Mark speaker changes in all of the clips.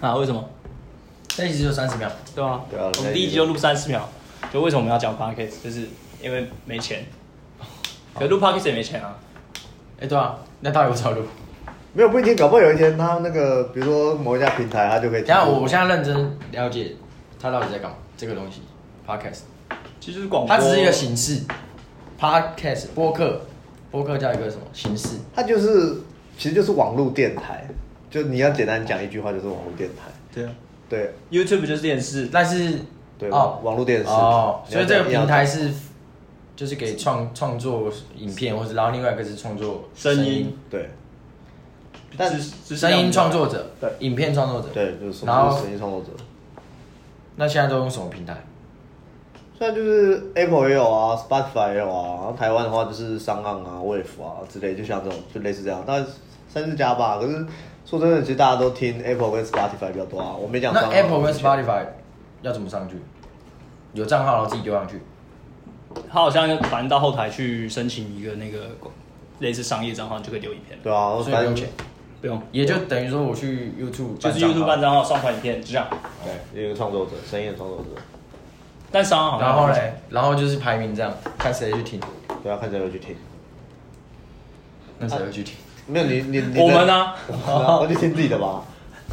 Speaker 1: 啊？为什么？这一集就三十秒，对吗？
Speaker 2: 对啊
Speaker 1: 我们第一集就录三十秒，就为什么我们要讲 podcast，就是因为没钱。可录 podcast 也没钱啊。
Speaker 3: 哎、对啊，那到底我找路？
Speaker 2: 没有不一定，搞不好有一天他那个，比如说某一家平台，他就可以
Speaker 3: 等
Speaker 2: 听。
Speaker 3: 一下我我现在认真了解他到底在干嘛，这个东西 podcast，
Speaker 1: 其实就是
Speaker 2: 哦
Speaker 1: 广播，
Speaker 3: 它只是一个形式，podcast 播客，播客叫一个什么形式？
Speaker 2: 它就是其实就是网络电台，就你要简单讲一句话，就是网络电台。
Speaker 1: 对啊
Speaker 2: 对
Speaker 1: ，YouTube 就是电视，
Speaker 3: 但是
Speaker 2: 对，
Speaker 3: 哦
Speaker 2: 网络电视。
Speaker 3: 哦，
Speaker 2: 你
Speaker 3: 所
Speaker 2: 要
Speaker 3: 以这个
Speaker 2: 讲一样
Speaker 3: 平台是就是给创创作影片，或者然后另外一个是创作
Speaker 1: 声音，
Speaker 2: 对但
Speaker 1: 但是
Speaker 3: 声音创作者，
Speaker 2: 对
Speaker 3: 影片创作者，
Speaker 2: 对，就是什
Speaker 3: 然
Speaker 2: 么
Speaker 3: 后
Speaker 2: 声音创作者。
Speaker 3: 那现在都用什么平台？
Speaker 2: 现在就是 Apple 也有啊，Spotify 也有啊，然后台湾的话就是商岸啊、Wave 啊之类，就像这种就类似这样，但三四家吧。可是说真的，其实大家都听 Apple 跟 Spotify 比较多啊。我没讲
Speaker 3: 那
Speaker 2: 商岸
Speaker 3: Apple 跟
Speaker 2: 之前
Speaker 3: Spotify 要怎么上去？有账号然后自己丢上去，
Speaker 1: 他好像反正到后台去申请一个那个类似商业账号，你就可以留影片了，
Speaker 2: 对啊，
Speaker 3: 所以
Speaker 2: 反
Speaker 3: 不
Speaker 2: 正
Speaker 3: 用钱，
Speaker 1: 不用，
Speaker 3: 也就等于说我去 YouTube
Speaker 1: 就是
Speaker 3: 账号
Speaker 1: YouTube 办账号上传影片，就这样。
Speaker 2: 一个创作者，声音的创作者，
Speaker 1: 但商行好像
Speaker 3: 然后嘞，然后就是排名这样，看谁去听，
Speaker 2: 对啊，看谁会去听。
Speaker 3: 那谁会去听？
Speaker 2: 没有你你你
Speaker 1: 我们
Speaker 2: 呢？
Speaker 1: 呢，
Speaker 2: 我就听自己的吧。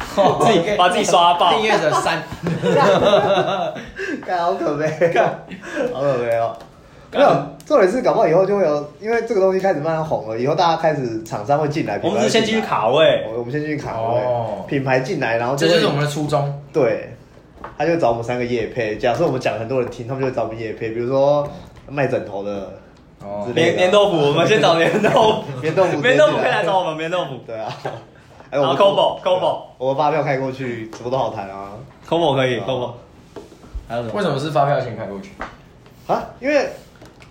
Speaker 1: 自己把自己刷爆
Speaker 3: 订阅者 三，
Speaker 2: 干好可悲，好可悲哦。没有，重点是搞不好以后就会有，因为这个东西开始慢慢红了，以后大家开始厂商会进来，
Speaker 1: 我们是先进去
Speaker 2: 品牌会进来
Speaker 1: 卡位，
Speaker 2: 我我们先进去卡
Speaker 3: 哦
Speaker 2: 位，品牌进来，然后
Speaker 3: 这
Speaker 2: 会
Speaker 3: 就是我们的初衷。
Speaker 2: 对，他就找我们三个夜配。假设我们讲很多人听，他们就会找我们夜配，比如说卖枕头的，
Speaker 3: 哦
Speaker 2: 之，类
Speaker 1: 棉
Speaker 2: 的
Speaker 1: 棉豆腐，我们先找棉豆 腐，
Speaker 2: 棉豆 腐
Speaker 1: 棉豆
Speaker 3: 啊
Speaker 1: 腐可以来找我们，棉豆腐，
Speaker 2: 对啊，哎
Speaker 1: 然后 Cobo
Speaker 2: 对啊
Speaker 1: Cobo
Speaker 2: 我们发票开过去，什么都好谈啊。
Speaker 1: c o b o 可以
Speaker 2: 啊
Speaker 1: c o b o 还有什
Speaker 3: 为
Speaker 1: 么？
Speaker 3: 什么是发票先开过去？
Speaker 2: 啊，因为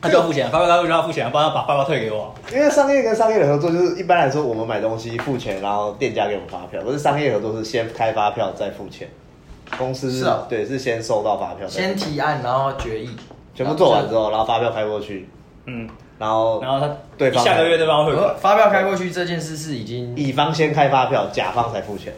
Speaker 1: 他就要付钱，发票他就要付钱，不然他把发票退给我。
Speaker 2: 因为商业跟商业的合作，就是一般来说我们买东西付钱，然后店家给我们发票。可是商业合作是先开发票再付钱，公司
Speaker 3: 是啊
Speaker 2: 对，是先收到发票，
Speaker 3: 先提案，然后决议，
Speaker 2: 全部做完之后，然后发票开过去，
Speaker 1: 嗯，
Speaker 2: 然后
Speaker 1: 啊然后他
Speaker 2: 对方
Speaker 1: 下个月对方会
Speaker 3: 呃
Speaker 1: 款，
Speaker 3: 发票开过去这件事是已经，
Speaker 2: 乙方先开发票，甲方才付钱。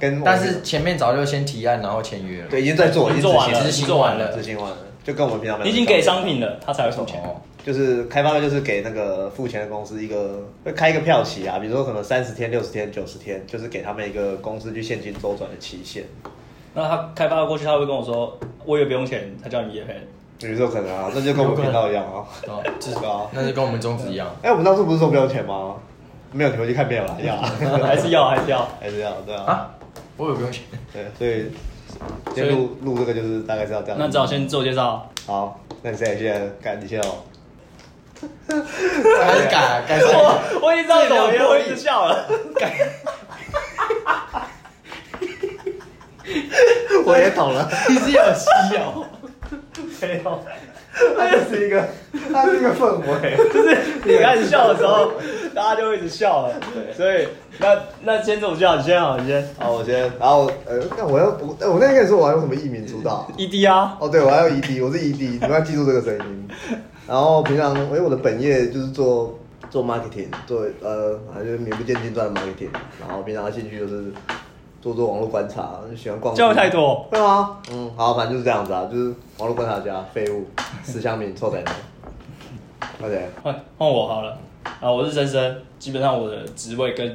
Speaker 2: 跟我们
Speaker 3: 但是前面早就先提案，然后签约了。
Speaker 2: 对已经在做，已经
Speaker 1: 做完了，
Speaker 3: 执
Speaker 1: 已
Speaker 3: 行
Speaker 1: 经做完
Speaker 3: 完
Speaker 1: 了
Speaker 3: 了，
Speaker 2: 执行完了，就跟我们平常买
Speaker 1: 你已经给商品了，他才会付钱。
Speaker 3: 哦，
Speaker 2: 就是开发票，就是给那个付钱的公司一个会开一个票期啊，比如说可能三十天、六十天、九十天，就是给他们一个公司去现金周转的期限。
Speaker 1: 那他开发过去，他会跟我说，我以为不用钱，他叫你也配。
Speaker 2: 比如说可能啊，那就跟我们频道一样啊。
Speaker 3: 哦
Speaker 2: 至少，
Speaker 3: 那是跟我们宗旨一样。
Speaker 2: 哎、我们当初不是说不用钱吗？没有，你回去看没有啦，要 啊，
Speaker 1: 还是要还是 要。
Speaker 2: 还是要，对啊，
Speaker 3: 啊，我有不用钱。
Speaker 2: 对，所以今天录录这个就是大概是要这样。
Speaker 1: 那只好先自我介 绍，
Speaker 2: 好，那你现在先干，你先哦。
Speaker 3: 还是改改善一下
Speaker 1: 我我已经知道怎么我一直笑了。
Speaker 2: 我也懂 了，
Speaker 3: 你是有稀有，
Speaker 1: 没有，
Speaker 2: 它就是一个，它是一个氛围。
Speaker 1: 你开始笑的时候，大家就会一直笑了。所以那那先自我介绍，你先好，你先。
Speaker 2: 好，我先，然后呃，那我要我呃我那天跟你说我还用什么艺名出道啊、
Speaker 1: E D 啊，
Speaker 2: 哦，对，我还有 ED，我是 ED，你们要记住这个声 音。然后平常，因为我的本业就是做做 marketing，做呃，反正就是名不见经传的 marketing。然后平常的兴趣就是做做网络观察，就喜欢逛。
Speaker 1: 这样会太多。
Speaker 2: 会吗？嗯，好，反正就是这样子啊，就是网络观察家，废物，死乡民，臭仔男。OK，
Speaker 1: 换换我好了啊！我是深深，基本上我的职位跟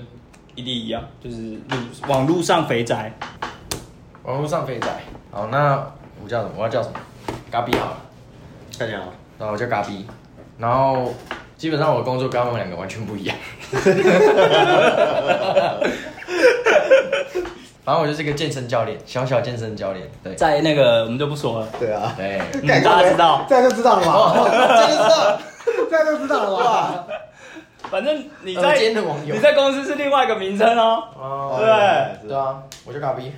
Speaker 1: E D 一样，就是路网路上肥宅。
Speaker 3: 网络上肥仔。好，那我叫什么？我要叫什么？嘎比好了，
Speaker 2: 看你好。
Speaker 3: 然后我叫嘎比，然后基本上我的工作跟他们两个完全不一样。 反正我就是一个健身教练，小小健身教练。对，
Speaker 1: 在那个我们就不说了，
Speaker 2: 对啊，
Speaker 3: 对，
Speaker 1: 嗯
Speaker 2: 干
Speaker 1: 大家知道
Speaker 2: 这样就知道了吧？
Speaker 3: 这就是这
Speaker 2: 这样就知道了吧？
Speaker 1: 反正你
Speaker 3: 耳
Speaker 1: 在
Speaker 3: 尖的网友
Speaker 1: 你在公司是另外一个名称哦。
Speaker 3: 哦，
Speaker 1: 对
Speaker 3: 对啊，我叫嘎比。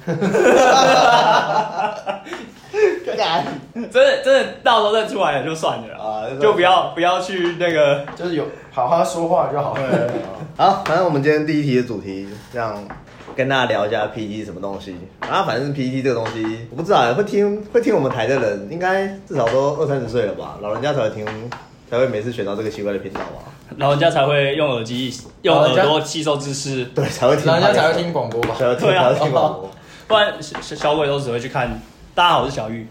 Speaker 2: 对，干。
Speaker 1: 真的真的到时候认出来了就算了
Speaker 2: 啊
Speaker 1: 啊
Speaker 2: 就，
Speaker 1: 就不要不要去那个
Speaker 3: 就是有好好说话就好了。
Speaker 2: 好，反正我们今天第一题的主题，让跟大家聊一下 PPT 是什么东西。啊，反正 PPT 这个东西，我不知道欸会听会听我们台的人，应该至少都二三十岁了吧，老人家才会听，才会每次选到这个奇怪的频道吧？
Speaker 1: 老人家才会用耳机用
Speaker 3: 老
Speaker 1: 耳
Speaker 3: 人家
Speaker 1: 朵吸收知识。
Speaker 2: 对，才会听，
Speaker 3: 老人家才会，听广播吧？
Speaker 2: 才会听，
Speaker 1: 对啊
Speaker 2: 才会听广播。
Speaker 1: 不然小小小鬼都只会去看。大家好，我是小玉。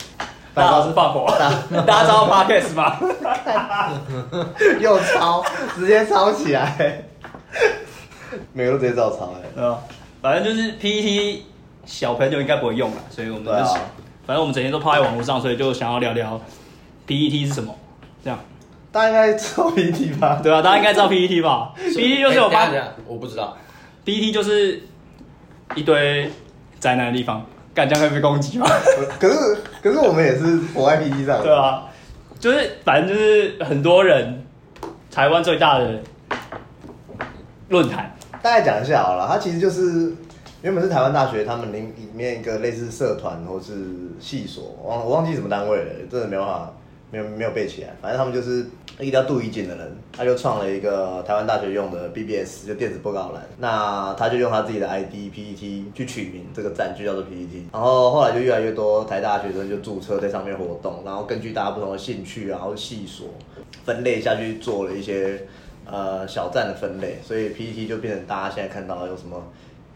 Speaker 1: 大
Speaker 2: 大家
Speaker 1: 家
Speaker 2: 好
Speaker 1: 好，我是放火。大家知道 podcast 吗？
Speaker 3: 啊
Speaker 2: 又抄，直接抄起来， 每个都直接照抄哎、
Speaker 1: 对吧？反正就是 PPT 小朋友应该不会用啦，所以我们就
Speaker 2: 对啊
Speaker 1: 是反正我们整天都泡在网络上，所以就想要聊聊 PPT 是什么，这样
Speaker 2: 大家应该抄 PPT 吧？
Speaker 1: 对啊，大家应该知 道 PPT 吧？PPT 就是我
Speaker 3: 哎
Speaker 1: 发
Speaker 3: 等一下等一下我不知道，
Speaker 1: ，PPT 就是一堆宅男的地方，干这样会被攻 击吗？
Speaker 2: 可是可是我们也是活在 PPT 上，
Speaker 1: 对，啊，就是反正就是很多人，台湾最大的论坛，
Speaker 2: 大概讲一下好了，它其实就是原本是台湾大学他们里里面一个类似社团或是系所，忘我忘记什么单位了，真的没办法，没有没有背起来。反正他们就是一个叫杜怡景的人，他就创了一个台湾大学用的 BBS，就电子播告栏。那他就用他自己的 ID PET 去取名这个站，就叫做 PET。然后后来就越来越多台大学生就注册在上面活动，然后根据大家不同的兴趣啊，然后系所分类下去做了一些呃小站的分类，所以 PET 就变成大家现在看到有什么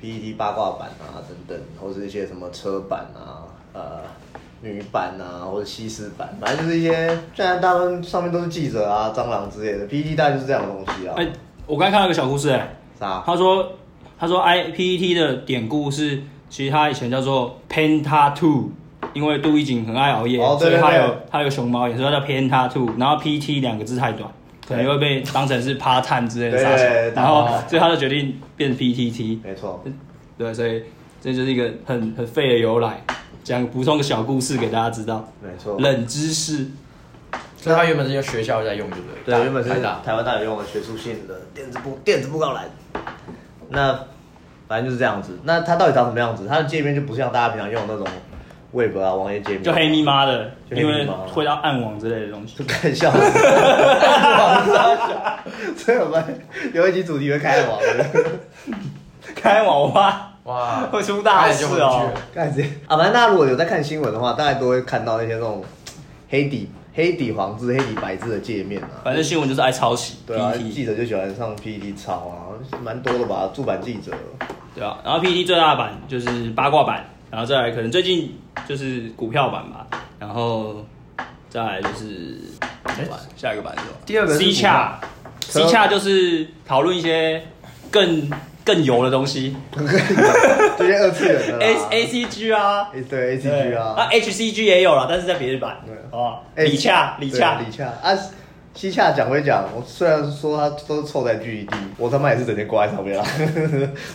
Speaker 2: PET 八卦版啊等等，或是一些什么车版啊，呃女版啊，或者西施版，反正就是一些现在大部分上面都是记者啊、蟑螂之类的，PET 大概就是这样的东西啊。
Speaker 1: 哎、我刚才看到一个小故事、哎。
Speaker 2: 啥？
Speaker 1: 他说，他说 I P E T 的典故是，其实他以前叫做 Penta Two，因为杜一景很爱熬夜，
Speaker 2: 哦对
Speaker 1: 所
Speaker 2: 对
Speaker 1: 以他
Speaker 2: 对
Speaker 1: 有他有熊猫眼，所以他叫 Penta Two。然后 P T 两个字太短，可能
Speaker 2: 对
Speaker 1: 会被当成是 part time 之类的
Speaker 2: 对
Speaker 1: 杀手
Speaker 2: 对对，
Speaker 1: 然后
Speaker 2: 哦
Speaker 1: 所以他就决定变 P T T。
Speaker 2: 没错，
Speaker 1: 对，所以这就是一个很很废的由来。讲补充个小故事给大家知道，
Speaker 2: 没错。
Speaker 1: 冷知识。
Speaker 3: 所以他原本是用学校在用，对不对？
Speaker 2: 对，原本是
Speaker 3: 台大
Speaker 2: 台湾大学用的学术性的电子布电子布告栏。那反正就是这样子。那它到底长什么样子？它的界面就不像大家平常用的那种 Web 啊网页界面，
Speaker 1: 就黑咪妈的，
Speaker 2: 就黑
Speaker 1: 因
Speaker 2: 咪
Speaker 1: 为
Speaker 2: 妈
Speaker 1: 会到暗网之类的东西。
Speaker 2: 看笑 死。所以我们有一集主题会开网的。
Speaker 1: 开网吧
Speaker 3: 哇，
Speaker 1: 会出大事哦
Speaker 2: 干谁啊？反正大家如果有在看新闻的话，大家都会看到那些那种黑底黑底黄字、黑底白字的界面啊。
Speaker 1: 反正新闻就是爱抄袭 E
Speaker 2: 对啊，
Speaker 1: PPT
Speaker 2: 记者就喜欢上 PPT 抄啊，蛮多的吧？驻版记者，
Speaker 1: 对啊，然后 PPT 最大的版就是八卦版，然后再来可能最近就是股票版吧，然后再来就是什么版下一个版是吧？
Speaker 2: 哎第二个是
Speaker 1: C
Speaker 2: 股票
Speaker 1: 洽，C 洽就是讨论一些更更油的东西
Speaker 2: 这些二次元的啦
Speaker 1: ，A A C G 啊。
Speaker 2: 诶对 A C
Speaker 1: 对
Speaker 2: G 啊，
Speaker 1: 那 HCG 也有了，但是在别的版
Speaker 2: 对，
Speaker 1: 好不好？
Speaker 2: 哎
Speaker 1: 李洽，李洽
Speaker 2: 对，李洽啊，西洽讲归讲，我虽然说他都是臭在聚一地，我他妈也是整天挂在 上面啊。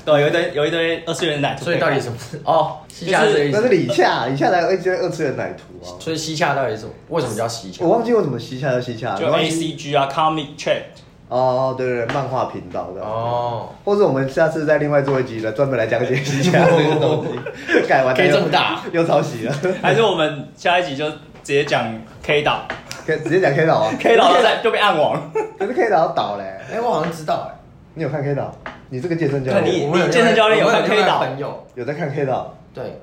Speaker 1: 对，有一堆有一堆二次元的奶图，
Speaker 3: 所以到底什么？哦， 西夏
Speaker 1: 就是
Speaker 3: 这意
Speaker 2: 那是
Speaker 3: 思。
Speaker 2: 李洽，李洽才有一些二次元奶图啊。
Speaker 3: 所以西夏到底是什么？为什么叫西夏
Speaker 2: 我？忘记为什么西洽叫西洽，
Speaker 1: 就
Speaker 2: 没关
Speaker 1: A
Speaker 2: 系
Speaker 1: C G 啊，Comic Chat，
Speaker 2: 哦，对对对，漫画频道的。
Speaker 3: 哦，
Speaker 2: 或者我们下次再另外做一集了，专门来讲解西洽这个东 西。改完
Speaker 3: 可以这么大，
Speaker 2: 又抄袭了，
Speaker 1: 还是我们下一集就直接讲 K 岛
Speaker 2: 可以直接讲 K 岛啊。
Speaker 1: ，K 岛在就被暗网。
Speaker 2: 可是 K 岛倒嘞，
Speaker 3: 哎，我好像知道哎。
Speaker 2: 你有看 K 岛？你这个健身教
Speaker 1: 看你
Speaker 2: 练
Speaker 3: 我有
Speaker 1: 你健身教练有
Speaker 3: 我
Speaker 1: 看
Speaker 3: 另外
Speaker 1: K 岛
Speaker 3: 朋友，
Speaker 2: 有在看 K 岛？
Speaker 3: 对，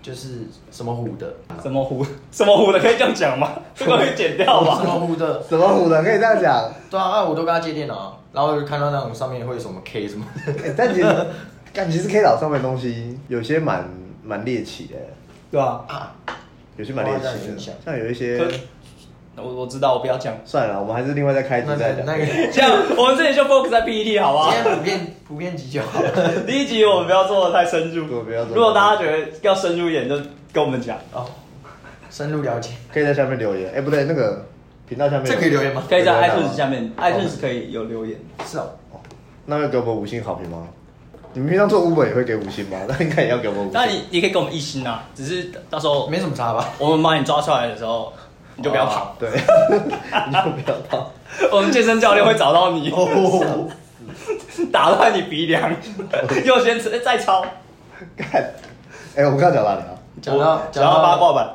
Speaker 3: 就是什么虎的，
Speaker 1: 什么湖？什么湖的？可以这样讲 吗？这个会剪掉
Speaker 3: 什
Speaker 1: 吧？
Speaker 3: 么虎的，
Speaker 2: 什么虎的可以这样讲？
Speaker 3: 对啊，啊我都跟他借电脑啊，然后我就看到那种上面会有什么 K 什么的，
Speaker 2: 欸 但其实，但其实 K 岛上面的东西有些蛮蛮猎奇的，
Speaker 1: 对吧？
Speaker 3: 啊，
Speaker 2: 有些蛮猎
Speaker 3: 哇那
Speaker 2: 奇
Speaker 3: 有
Speaker 2: 的
Speaker 3: 影响，
Speaker 2: 像有一些
Speaker 1: 可我我知道，我不要讲。
Speaker 2: 算了，我们还是另外再开一集
Speaker 3: 那
Speaker 2: 再
Speaker 3: 个
Speaker 2: 讲。
Speaker 3: 那个，今
Speaker 1: 这样，我们这里就 focus 在 PPT 好不 好？
Speaker 3: 天普遍普遍级就好了。
Speaker 1: 第一集我们不要做的太深入
Speaker 2: 对不要做得太深入，
Speaker 1: 如果大家觉得要深入一点，就跟我们讲。
Speaker 3: 哦，深入了解，
Speaker 2: 可以在下面留言，哎、不对，那个频道下面有
Speaker 3: 这可以留言吗
Speaker 1: 可以在
Speaker 2: 对对对
Speaker 1: iTunes 下面，iTunes 可以有留言。
Speaker 3: 是哦，
Speaker 2: 那要给我们五星好评吗？你们平常做 Uber 也会给五星吗？ 那应该也要给我们五星。
Speaker 1: 那你你可以跟我们一心啊，只是到时候
Speaker 3: 没什么差吧？
Speaker 1: 我们把你抓出来的时候，你就不要跑，
Speaker 2: 对， 你就不要到。
Speaker 1: 我们健身教练会找到 你， 打断你鼻 梁，右先哎再抄。
Speaker 2: 看，哎、我们刚刚讲哪里啊？
Speaker 3: 讲到
Speaker 1: 讲到八卦版，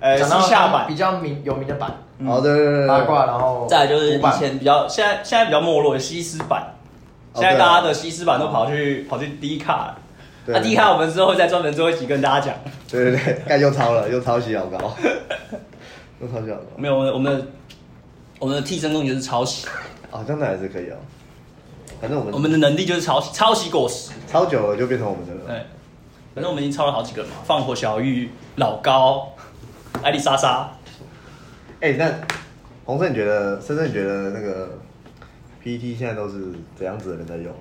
Speaker 1: 呃，
Speaker 3: 讲到
Speaker 1: 西夏版
Speaker 3: 比，较名有名的版，
Speaker 1: 嗯
Speaker 2: 哦，对对对对，
Speaker 3: 八卦，然后
Speaker 1: 再来就是
Speaker 3: 古
Speaker 1: 以
Speaker 3: 版
Speaker 1: 前比较，现在现在比较没落的西施版，
Speaker 2: 哦
Speaker 1: 现在
Speaker 2: 对啊
Speaker 1: 大家的西施版都跑去跑去低卡了。
Speaker 2: 对
Speaker 1: 那低卡我们之后会再专门做一集跟大家讲。
Speaker 2: 对对对，看又抄了，又抄袭老高， 又抄袭老高。
Speaker 1: 没有，我们的我们的我们的替身工具就是抄袭，
Speaker 2: 啊，这样那还是可以哦。反正我们
Speaker 3: 嗯
Speaker 1: 我们的能力就是抄袭，抄袭果实。
Speaker 2: 抄久了就变成我们的了。
Speaker 1: 对，反正我们已经抄了好几个嘛，放火小玉、老高、艾丽莎莎，
Speaker 2: 哎、那洪森，你觉得深圳你觉得那个 PPT 现在都是怎样子的人在用？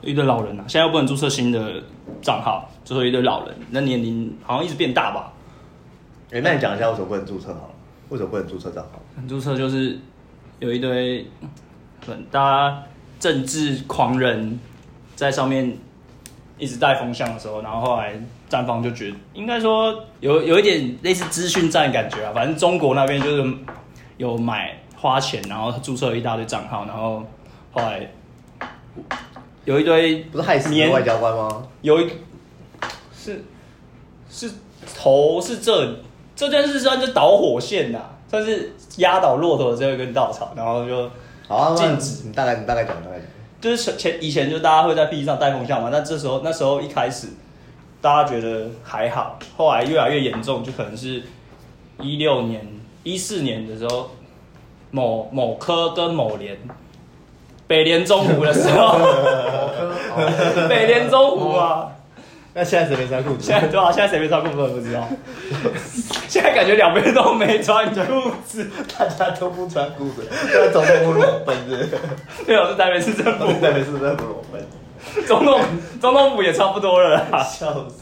Speaker 1: 一堆老人啊，现在又不能注册新的账号，就说一堆老人，那年龄好像一直变大吧？
Speaker 2: 哎、那你讲一下为什么不能注册好了？为什么不能注册账号？
Speaker 1: 注册就是有一堆很大家政治狂人在上面一直带风向的时候，然后后来站方就觉得，应该说有有一点类似资讯站的感觉啊。反正中国那边就是有买花钱，然后注册一大堆账号，然后后来有一堆
Speaker 2: 不是害死
Speaker 1: 年
Speaker 2: 外交官吗？
Speaker 1: 有一是是头是这这件事算是导火线呐、算是压倒骆驼的最后一根稻草，然后就
Speaker 2: 好、啊，那
Speaker 1: 禁止
Speaker 2: 你大概你大概讲大概讲。
Speaker 1: 就是前以前就大家会在 P 上带风向嘛，那这时候那时候一开始大家觉得还好，后来越来越严重，就可能是一六年、一四年的时候，某某科跟某联北联中湖的时候，北联中湖啊。
Speaker 2: 那现在谁没穿裤
Speaker 1: 现在对啊，现在谁没穿裤子我也不知道。 现在感觉两边都没穿裤子，
Speaker 2: 大家都不穿裤子，那总统不裸奔是
Speaker 1: 对啊，是台北市政
Speaker 2: 不是？
Speaker 1: 府，
Speaker 2: 台北市政府裸奔，
Speaker 1: 总统总统府也差不多了啦，
Speaker 2: 笑死！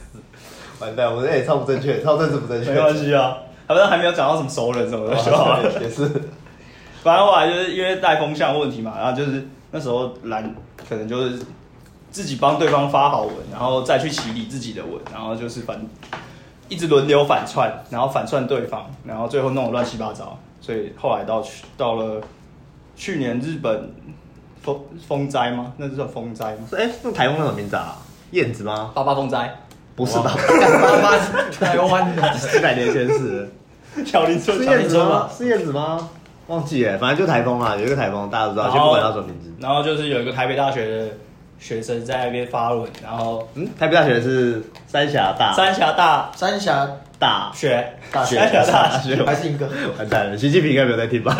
Speaker 2: 完蛋，我们这哎也超不正确，超政治不正确。
Speaker 1: 没关系啊，哦反正还没有讲到什么熟人什么的就好了。
Speaker 2: 也是。
Speaker 1: 反正后来就是因为带风向问题嘛，然后就是那时候蓝可能就是自己帮对方发好文，然后再去洗礼自己的文，然后就是反一直轮流反串，然后反串对方，然后最后弄得乱七八糟。所以后来到去到了去年日本风风灾吗？那是叫风灾吗？
Speaker 2: 哎、那台风叫什么名字啊？燕子吗？
Speaker 1: 八八风灾，
Speaker 2: 不是吧？
Speaker 3: 他妈是 台湾的，
Speaker 2: 几百年前 是。
Speaker 1: 小林村，
Speaker 2: 是
Speaker 1: 小
Speaker 2: 燕
Speaker 1: 林
Speaker 2: 子
Speaker 1: 村
Speaker 2: 吗
Speaker 1: 嘛？。
Speaker 2: 是燕子吗？忘记了，反正就台风啊啦，有一个台风，大家都知道，
Speaker 1: 然
Speaker 2: 先不
Speaker 1: 后
Speaker 2: 管叫什么名字。
Speaker 1: 然后就是有一个台北大学的学生在那边发文，然后
Speaker 2: 嗯，台北大学是三峡大
Speaker 1: 三峡大
Speaker 3: 三峡
Speaker 2: 大
Speaker 1: 学，
Speaker 3: 大学
Speaker 1: 三峡大学，
Speaker 2: 学
Speaker 3: 还
Speaker 2: 哎
Speaker 3: 是一个
Speaker 2: 完蛋了，习近平应该没有在听吧？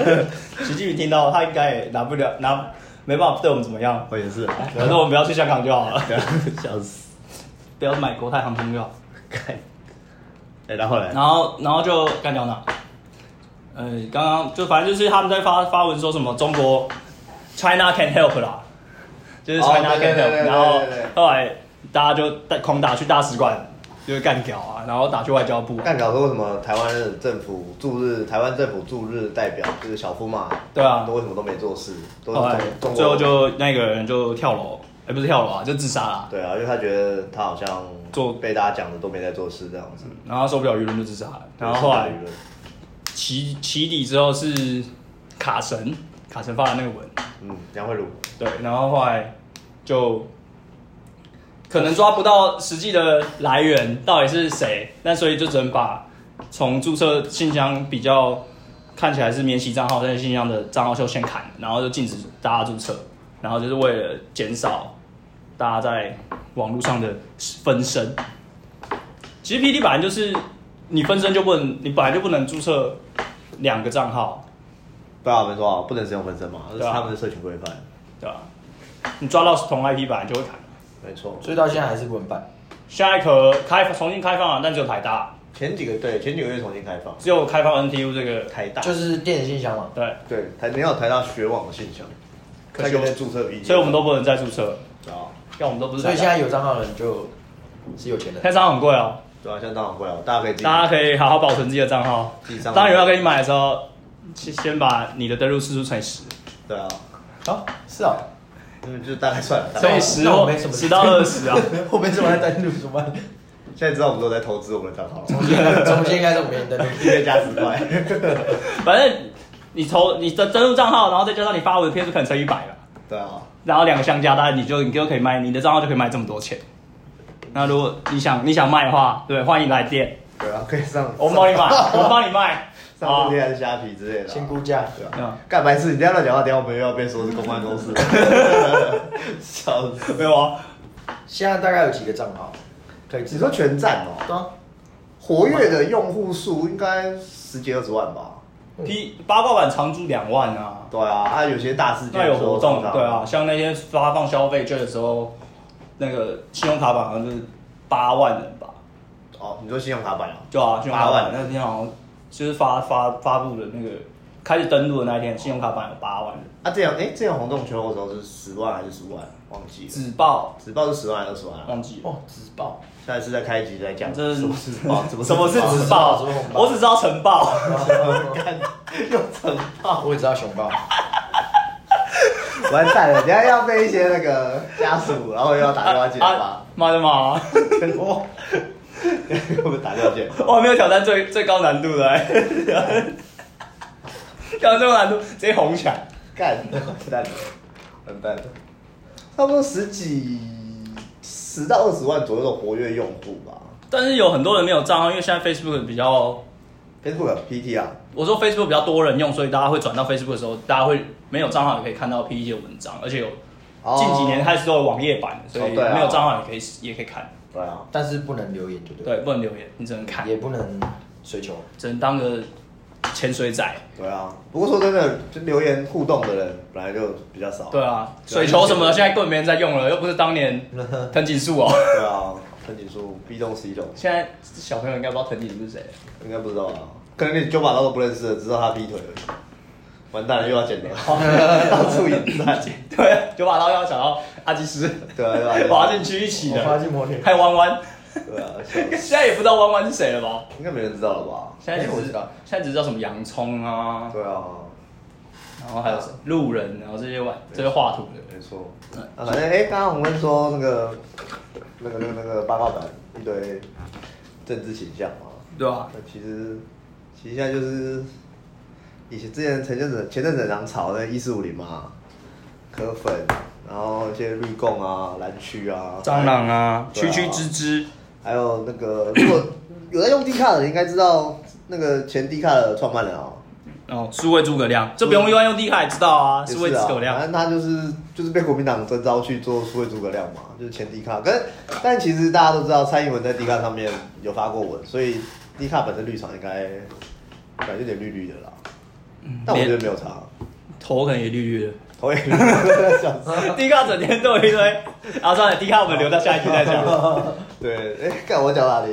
Speaker 1: 习近平听到他应该也拿不了，拿没办法对我们怎么样，
Speaker 2: 我也是，
Speaker 1: 反正我们不要去香港就好了，
Speaker 2: 笑死！
Speaker 1: 不要买国泰航空就好。
Speaker 2: 看，哎，然后嘞，
Speaker 1: 然后然后就干掉哪？呃，刚刚就反正就是他们在发发文说什么中国 China can help 啦，就是
Speaker 3: 哦
Speaker 1: China
Speaker 3: 对
Speaker 1: can
Speaker 3: 对对
Speaker 1: help，
Speaker 3: 对
Speaker 1: 然后
Speaker 3: 对对对
Speaker 1: 后来大家就带狂打去大使馆，就是干掉啊，然后打去外交部、啊，
Speaker 2: 干搞说为什么台湾的政府驻日，台湾政府驻日代表就是小夫嘛，
Speaker 1: 对啊
Speaker 2: 都，为什么都没做事，都是
Speaker 1: 后来
Speaker 2: 中中国
Speaker 1: 最后就那个人就跳楼，哎、不是跳楼啊，就自杀啦，
Speaker 2: 对啊，因为他觉得他好像
Speaker 1: 做
Speaker 2: 被大家讲的都没在做事这样子，
Speaker 1: 然后受不了舆论就自杀了，然后后来
Speaker 2: 舆。论
Speaker 1: 起起底之后是卡神，卡神发的那个文，
Speaker 2: 嗯，梁慧茹
Speaker 1: 对，然后后来就可能抓不到实际的来源到底是谁，那所以就只能把从注册信箱比较看起来是免洗账号那些信箱的账号就先砍，然后就禁止大家注册，然后就是为了减少大家在网络上的分身。其实 PD 本来就是你分身就不能，你本来就不能注册两个账号，
Speaker 2: 对啊，我们说啊，不能使用分身嘛，这是
Speaker 1: 对啊
Speaker 2: 他们的社群规范，
Speaker 1: 对吧？你抓到同 IP 本来就会砍。
Speaker 2: 没错。
Speaker 3: 所以到现在还是文版。
Speaker 1: 下一壳开放重新开放啊，但只有台大，
Speaker 2: 前几个对，前几个月重新开放，
Speaker 1: 只有开放 NTU 这个
Speaker 2: 台大
Speaker 3: 就是电子信箱嘛。
Speaker 1: 对，
Speaker 2: 对台，你要有台大学网的信箱，
Speaker 1: 可
Speaker 2: 他
Speaker 1: 惜
Speaker 2: 就在注册 B，
Speaker 1: 所以我们都不能再注册，
Speaker 2: 对啊，
Speaker 1: 要我们都不是
Speaker 3: 所
Speaker 1: 台
Speaker 3: 以
Speaker 1: 大。
Speaker 3: 现在有账号的人就是有钱人。
Speaker 1: 开账号很贵哦，
Speaker 2: 对啊，现在当然会啊，大家可以自己
Speaker 1: 大家可以好好保存自己的账号
Speaker 2: 自己账。号
Speaker 1: 当有要给你买的时候，先先把你的登录次数乘以十，
Speaker 2: 对啊，
Speaker 3: 啊，是 啊，
Speaker 2: 嗯，就大概算了。大
Speaker 1: 乘
Speaker 2: 概
Speaker 1: 以
Speaker 2: 算
Speaker 1: 十
Speaker 2: 了
Speaker 3: 那
Speaker 1: 或
Speaker 3: 我没什么
Speaker 1: 十到二十啊。
Speaker 3: 后面怎么在登录怎么办？
Speaker 2: 现在知道我们都在投资我们的账号了，
Speaker 3: 中间应该是我们登录。
Speaker 2: 一天加十块，
Speaker 1: 反正你投你的登录账号，然后再加上你发文的篇数，可能乘以百了，
Speaker 2: 对啊，
Speaker 1: 然后两个相加，当然你就你就可以卖你的账号就可以卖这么多钱。那如果你想你想卖的话，对，欢迎来电，
Speaker 2: 对啊，可以上，
Speaker 1: 我们帮你买，我们帮你卖。
Speaker 2: 上天还是虾皮之类的啊，
Speaker 3: 先估价，
Speaker 2: 对啊。
Speaker 1: 嗯，
Speaker 2: 干白痴，你这样乱讲话，等一下我们又要被说是公 关公司 了，笑死！
Speaker 1: 没有啊，
Speaker 3: 现在大概有几个账号可以
Speaker 2: 你
Speaker 3: 知道？
Speaker 2: 说全站哦，
Speaker 3: 对啊，
Speaker 2: 活跃的用户数应该十几二十万吧？
Speaker 1: P 八卦版常驻两万啊，
Speaker 2: 对啊，啊，有些大事件
Speaker 1: 那有活动
Speaker 2: 的时候
Speaker 1: 对啊，，像那些发放消费券的时候，那个信用卡版好像是八万人吧，
Speaker 2: 哦，你说信用卡版啊？
Speaker 1: 对啊，信用卡
Speaker 2: 八
Speaker 1: 版
Speaker 2: 万
Speaker 1: 那天好像就是发发发布的那个开始登录的那一天，信用卡版有八万的，
Speaker 2: 啊，这样哎，这样红中秋的时候是十万还是十五万？忘记了，
Speaker 1: 只报
Speaker 2: 纸报是十万还是二十万啊？
Speaker 1: 忘记了。
Speaker 3: 哦，纸报，
Speaker 2: 下一次再开一集再讲
Speaker 1: 嗯这是
Speaker 2: 什么是纸 报，怎么
Speaker 1: 什么是
Speaker 2: 纸
Speaker 1: 只报
Speaker 3: 什么是红？包
Speaker 1: 我只知道晨报，
Speaker 2: 哦又怎么报？
Speaker 3: 我也知道熊抱，
Speaker 2: 完蛋了，等一下要被一些那个家属，然后又要打电话进
Speaker 1: 啊
Speaker 2: 来吧？
Speaker 1: 妈的妈！
Speaker 2: 我我们打电话进来。
Speaker 1: 我还没有挑战最最高难度的、 欸，挑战最高难度直接红起来。
Speaker 2: 干，完蛋了，完蛋了，差不多十几十到二十万左右的活跃用户吧。
Speaker 1: 但是有很多人没有账号，因为现在 Facebook 比较，
Speaker 2: Facebook PT 啊，
Speaker 1: 我说 Facebook 比较多人用，所以大家会转到 Facebook 的时候，大家会没有账号也可以看到 PPT 的文章，而且有
Speaker 2: 哦
Speaker 1: 近几年开始都有网页版，所以
Speaker 2: 哦对啊
Speaker 1: 没有账号也可以也可以看。
Speaker 2: 对啊，
Speaker 3: 但是不能留言，就对了，
Speaker 1: 对，不能留言，你只能看，
Speaker 3: 也不能水球，
Speaker 1: 只能当个潜水仔。
Speaker 2: 对啊。不过说真的，就留言互动的人本来就比较少。
Speaker 1: 对啊，水球什么的现在根本没人在用了，又不是当年藤井树哦。
Speaker 2: 对啊，藤井树 B 栋 C 栋
Speaker 1: 现在小朋友应该不知道藤井树是谁。
Speaker 2: 应该不知道啊，可能连九把刀都不认识的，只知道他劈腿而已。完蛋了， 又要剪掉，到处引战。
Speaker 1: 对，九把刀要想到阿基斯，
Speaker 2: 对啊对啊对啊
Speaker 1: 滑进去一起的，
Speaker 3: 我滑进摩天
Speaker 1: 还有弯弯，
Speaker 2: 对啊，笑死
Speaker 1: 现在也不知道弯弯是谁了吧？
Speaker 2: 应该没人知道了吧？
Speaker 1: 现在只
Speaker 3: 哎我知道
Speaker 1: 现在只知道什么洋葱啊，
Speaker 2: 对啊，
Speaker 1: 然后还有谁路人，然后这些玩这些画图的，
Speaker 2: 没错。啊，反正哎，刚刚我们说那个那个那个那个八卦版一堆政治倾向嘛，
Speaker 1: 对吧？
Speaker 2: 那其实其实现在就是以前之前前阵子前阵子很常炒那一四五零嘛，科粉，然后一些绿共啊、蓝区啊、
Speaker 1: 蟑螂啊，
Speaker 2: 对
Speaker 1: 蛆蛆
Speaker 2: 啊
Speaker 1: 之之，
Speaker 2: 还有那个，如果有在用 D 卡的，应该知道那个前 D 卡的创办人哦，
Speaker 1: 哦，数位诸葛亮，这不用用用地卡也知道啊，
Speaker 2: 也
Speaker 1: 数位诸
Speaker 2: 啊
Speaker 1: 葛
Speaker 2: 反
Speaker 1: 亮，
Speaker 2: 正他就是就是被国民党征召去做数位诸葛亮嘛，就是前 D 卡。跟但其实大家都知道，蔡英文在 D 卡上面有发过文，所以 D 卡本身绿场应该感觉有点绿绿的啦。
Speaker 1: 嗯
Speaker 2: 但我觉得没有差，
Speaker 1: 头可能也绿绿的。
Speaker 2: 头也绿绿，笑死
Speaker 1: 迪卡整天都有一堆，啊，算了，迪卡我们留到下一期再讲。
Speaker 2: 对，哎、干我讲哪里？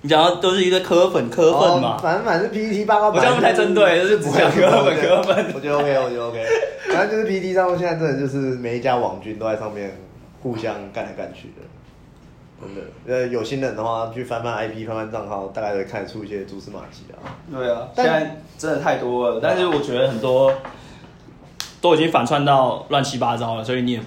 Speaker 1: 你讲到都是一堆科粉科粉嘛
Speaker 2: 哦，反正反正 PPT 八卦版，
Speaker 1: 我这样不太针对就是只讲哥们哥们
Speaker 2: 啊我觉得 OK，我觉得 OK。反正就是 PPT 上面现在真的就是每一家网军都在上面互相干来干去的，真的。呃，有心人的话去翻翻 IP、翻翻账号，大概会看得出一些蛛丝马迹啊。
Speaker 1: 对啊，现
Speaker 2: 但
Speaker 1: 在真的太多了，但是我觉得很多都已经反串到乱七八糟了，所以你也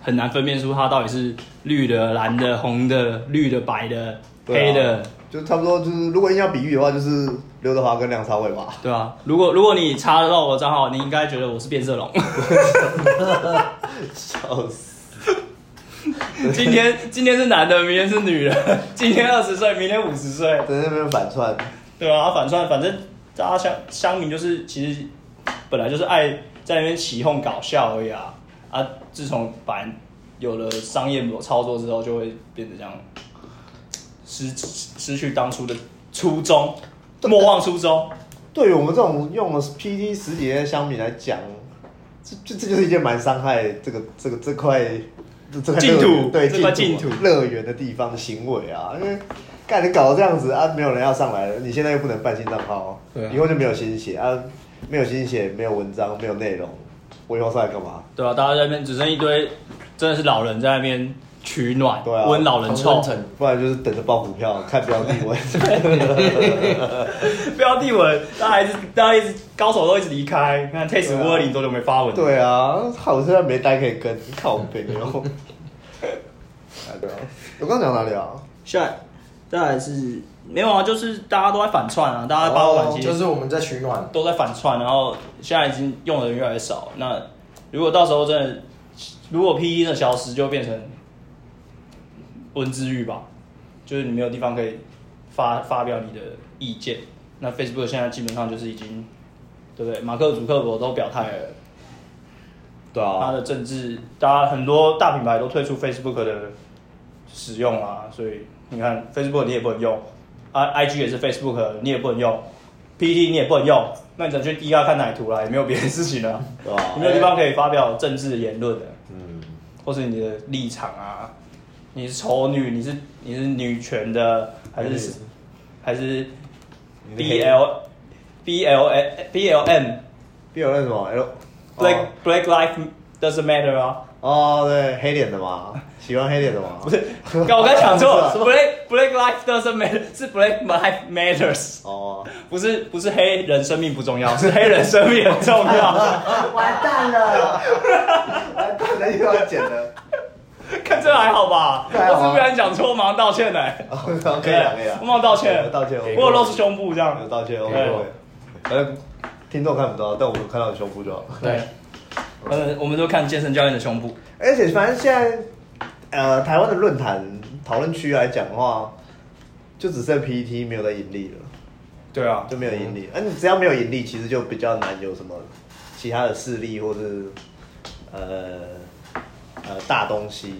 Speaker 1: 很难分辨出它到底是绿的、蓝的、红的、绿的、白的、
Speaker 2: 对
Speaker 1: 黑
Speaker 2: 啊
Speaker 1: 的，
Speaker 2: 就差不多就是，如果硬要比喻的话，就是刘德华跟梁朝伟吧。
Speaker 1: 对啊。如果如果你查得到我的账号，你应该觉得我是变色龙。
Speaker 2: 笑死！
Speaker 1: 今天今天是男的，明天是女的， 今天二十岁，明天五十岁，
Speaker 2: 在那边反串，
Speaker 1: 对啊，反串，反正大家乡乡民就是其实本来就是爱在那边起哄搞笑而已啊啊！自从把有了商业模操作之后，就会变得这样失失去当初的初衷，莫忘初衷。
Speaker 2: 对于我们这种用了 PT 十几年的乡民来讲，这这这就是一件蛮伤害这个这个这块这这块
Speaker 1: 净
Speaker 2: 乐
Speaker 1: 土
Speaker 2: 对
Speaker 1: 这块净
Speaker 2: 啊
Speaker 1: 土
Speaker 2: 乐园的地方的行为啊，因为干你搞得这样子啊，没有人要上来了，你现在又不能办新账号，哦
Speaker 1: 对啊
Speaker 2: 以后就没有新血啊，没有新血，没有文章，没有内容，我以后上来干嘛？
Speaker 1: 对啊，大家在那边只剩一堆真的是老人在那边取暖，
Speaker 2: 对啊
Speaker 1: 温老人臭
Speaker 3: 同温，层
Speaker 2: 不然就是等着爆股票，看标的文。
Speaker 1: 标的文，大家一直大家一直高手都一直离开，看 t a s t e 五二零多久没发文？
Speaker 2: 啊对啊，好现在没单可以跟，靠背 哦。哎对啊，我刚讲哪里啊？
Speaker 1: 下来，再来是没有啊，就是大家都在反串啊，大家八卦版其
Speaker 3: 哦就
Speaker 1: 实
Speaker 3: 是我们在取暖，
Speaker 1: 都在反串，然后现在已经用的人越来越少。那如果到时候真的，如果 P 一的消失，就变成文字狱吧，就是你没有地方可以发发表你的意见。那 Facebook 现在基本上就是已经，对不对？马克·祖克伯都表态了，
Speaker 2: 对
Speaker 1: 他
Speaker 2: 啊，
Speaker 1: 的政治，大家很多大品牌都退出 Facebook 的使用啊，所以你看 Facebook 你也不能用，啊，IG 也是 Facebook 的你也不能用，PT 你也不能用，那你只能去 DR 看奶图啦，也没有别的事情 了、
Speaker 2: 对啊
Speaker 1: 你没有地方可以发表政治言论的，
Speaker 2: 嗯。
Speaker 1: 或是你的立场啊，你是丑女，你是你是女权的，还是还是
Speaker 2: 你的
Speaker 1: B
Speaker 2: 黑
Speaker 1: L B L A B L M
Speaker 2: B L 那什么哎 L
Speaker 1: Black Black Life doesn't matter 啊，
Speaker 2: 哦，对，黑脸的嘛，喜欢黑脸的嘛，不是
Speaker 1: 刚我刚讲错
Speaker 2: 是吗
Speaker 1: ，Black Black Life doesn't matter 是 Black Life matters，
Speaker 2: 哦，
Speaker 1: 不是不是黑人生命不重 要，是黑人生命很重 要。
Speaker 2: 完蛋了，完蛋了又要剪了，
Speaker 1: 看这还好吧？
Speaker 2: 这还好
Speaker 1: 我
Speaker 2: 啊
Speaker 1: 是不然讲错，马上道歉嘞。
Speaker 2: 哦
Speaker 1: 啊
Speaker 2: 可以了可以了，
Speaker 1: 我马上道歉，
Speaker 2: 道歉，
Speaker 1: 我有露出胸部这样
Speaker 2: 有。道歉，OK 哦
Speaker 1: 对
Speaker 2: OK，反正呃听众看不到，但我们看到你胸部就好。
Speaker 3: 对，
Speaker 1: 反正呃我们都看健身教练的胸部。
Speaker 2: 而且反正现在，呃，台湾的论坛讨论区来讲的话，就只剩 PET 没有在盈利了，
Speaker 1: 对啊，
Speaker 2: 就没有盈利。那、你只要没有盈利，其实就比较难有什么其他的势力或是呃呃大东西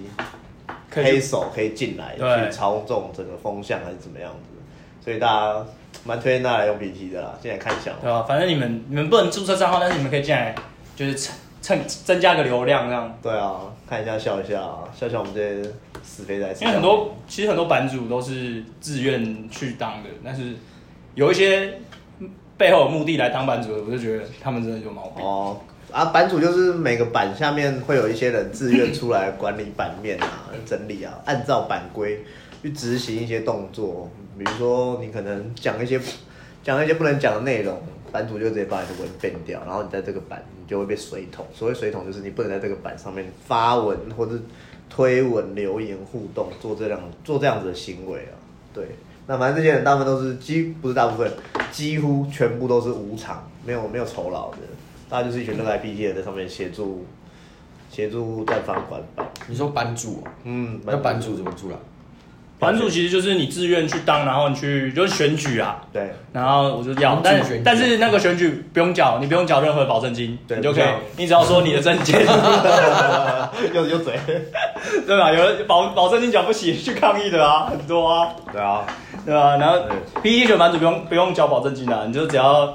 Speaker 1: 可以
Speaker 2: 黑
Speaker 1: 去
Speaker 2: 手可以进来
Speaker 1: 对
Speaker 2: 去操纵整个风向还是怎么样子。所以大家蛮推荐大家来用 PET 的啦，进来看一下
Speaker 1: 对
Speaker 2: 哦。
Speaker 1: 啊，反正你们你们不能注册账号，但是你们可以进来，就是蹭蹭增加个流量这样。
Speaker 2: 对啊，看一下笑一下啊，笑笑我们这些死肥仔。
Speaker 1: 因为很多其实很多版主都是自愿去当的，但是有一些背后有目的来当版主的，我就觉得他们真的有毛病。
Speaker 2: 哦，啊，版主就是每个版下面会有一些人自愿出来管理版面啊、整理啊，按照版规去执行一些动作。比如说，你可能讲一些讲一些不能讲的内容，版主就直接把你的文变掉，然后你在这个版你就会被水桶。所谓水桶，就是你不能在这个版上面发文或者推文、留言、互动，做这样做这样子的行为啊。对，那反正这些人大部分都是几不是大部分，几乎全部都是无偿，没有没有酬劳的，大家就是一群热爱 PT 的在上面协助协助在房管版。
Speaker 3: 你说版主哦，
Speaker 2: 嗯，
Speaker 3: 那版主怎么啊出来？
Speaker 1: 版主其实就是你自愿去当，然后你去就是选举啊，
Speaker 2: 对
Speaker 1: 然后我就要，
Speaker 3: 民主
Speaker 1: 但
Speaker 3: 选举
Speaker 1: 但是那个选举不用缴，你不用缴任何保证金，
Speaker 2: 对
Speaker 1: 你就可
Speaker 2: 不
Speaker 1: 以
Speaker 2: 用，
Speaker 1: 你只要说你的证件，
Speaker 2: 又又嘴。
Speaker 1: 对吧？有人保保证金缴不起去抗议的啊，很多啊，
Speaker 2: 对啊，
Speaker 1: 对吧？然后
Speaker 2: 对
Speaker 1: PPT 选版主不用不用缴保证金啊，你就只要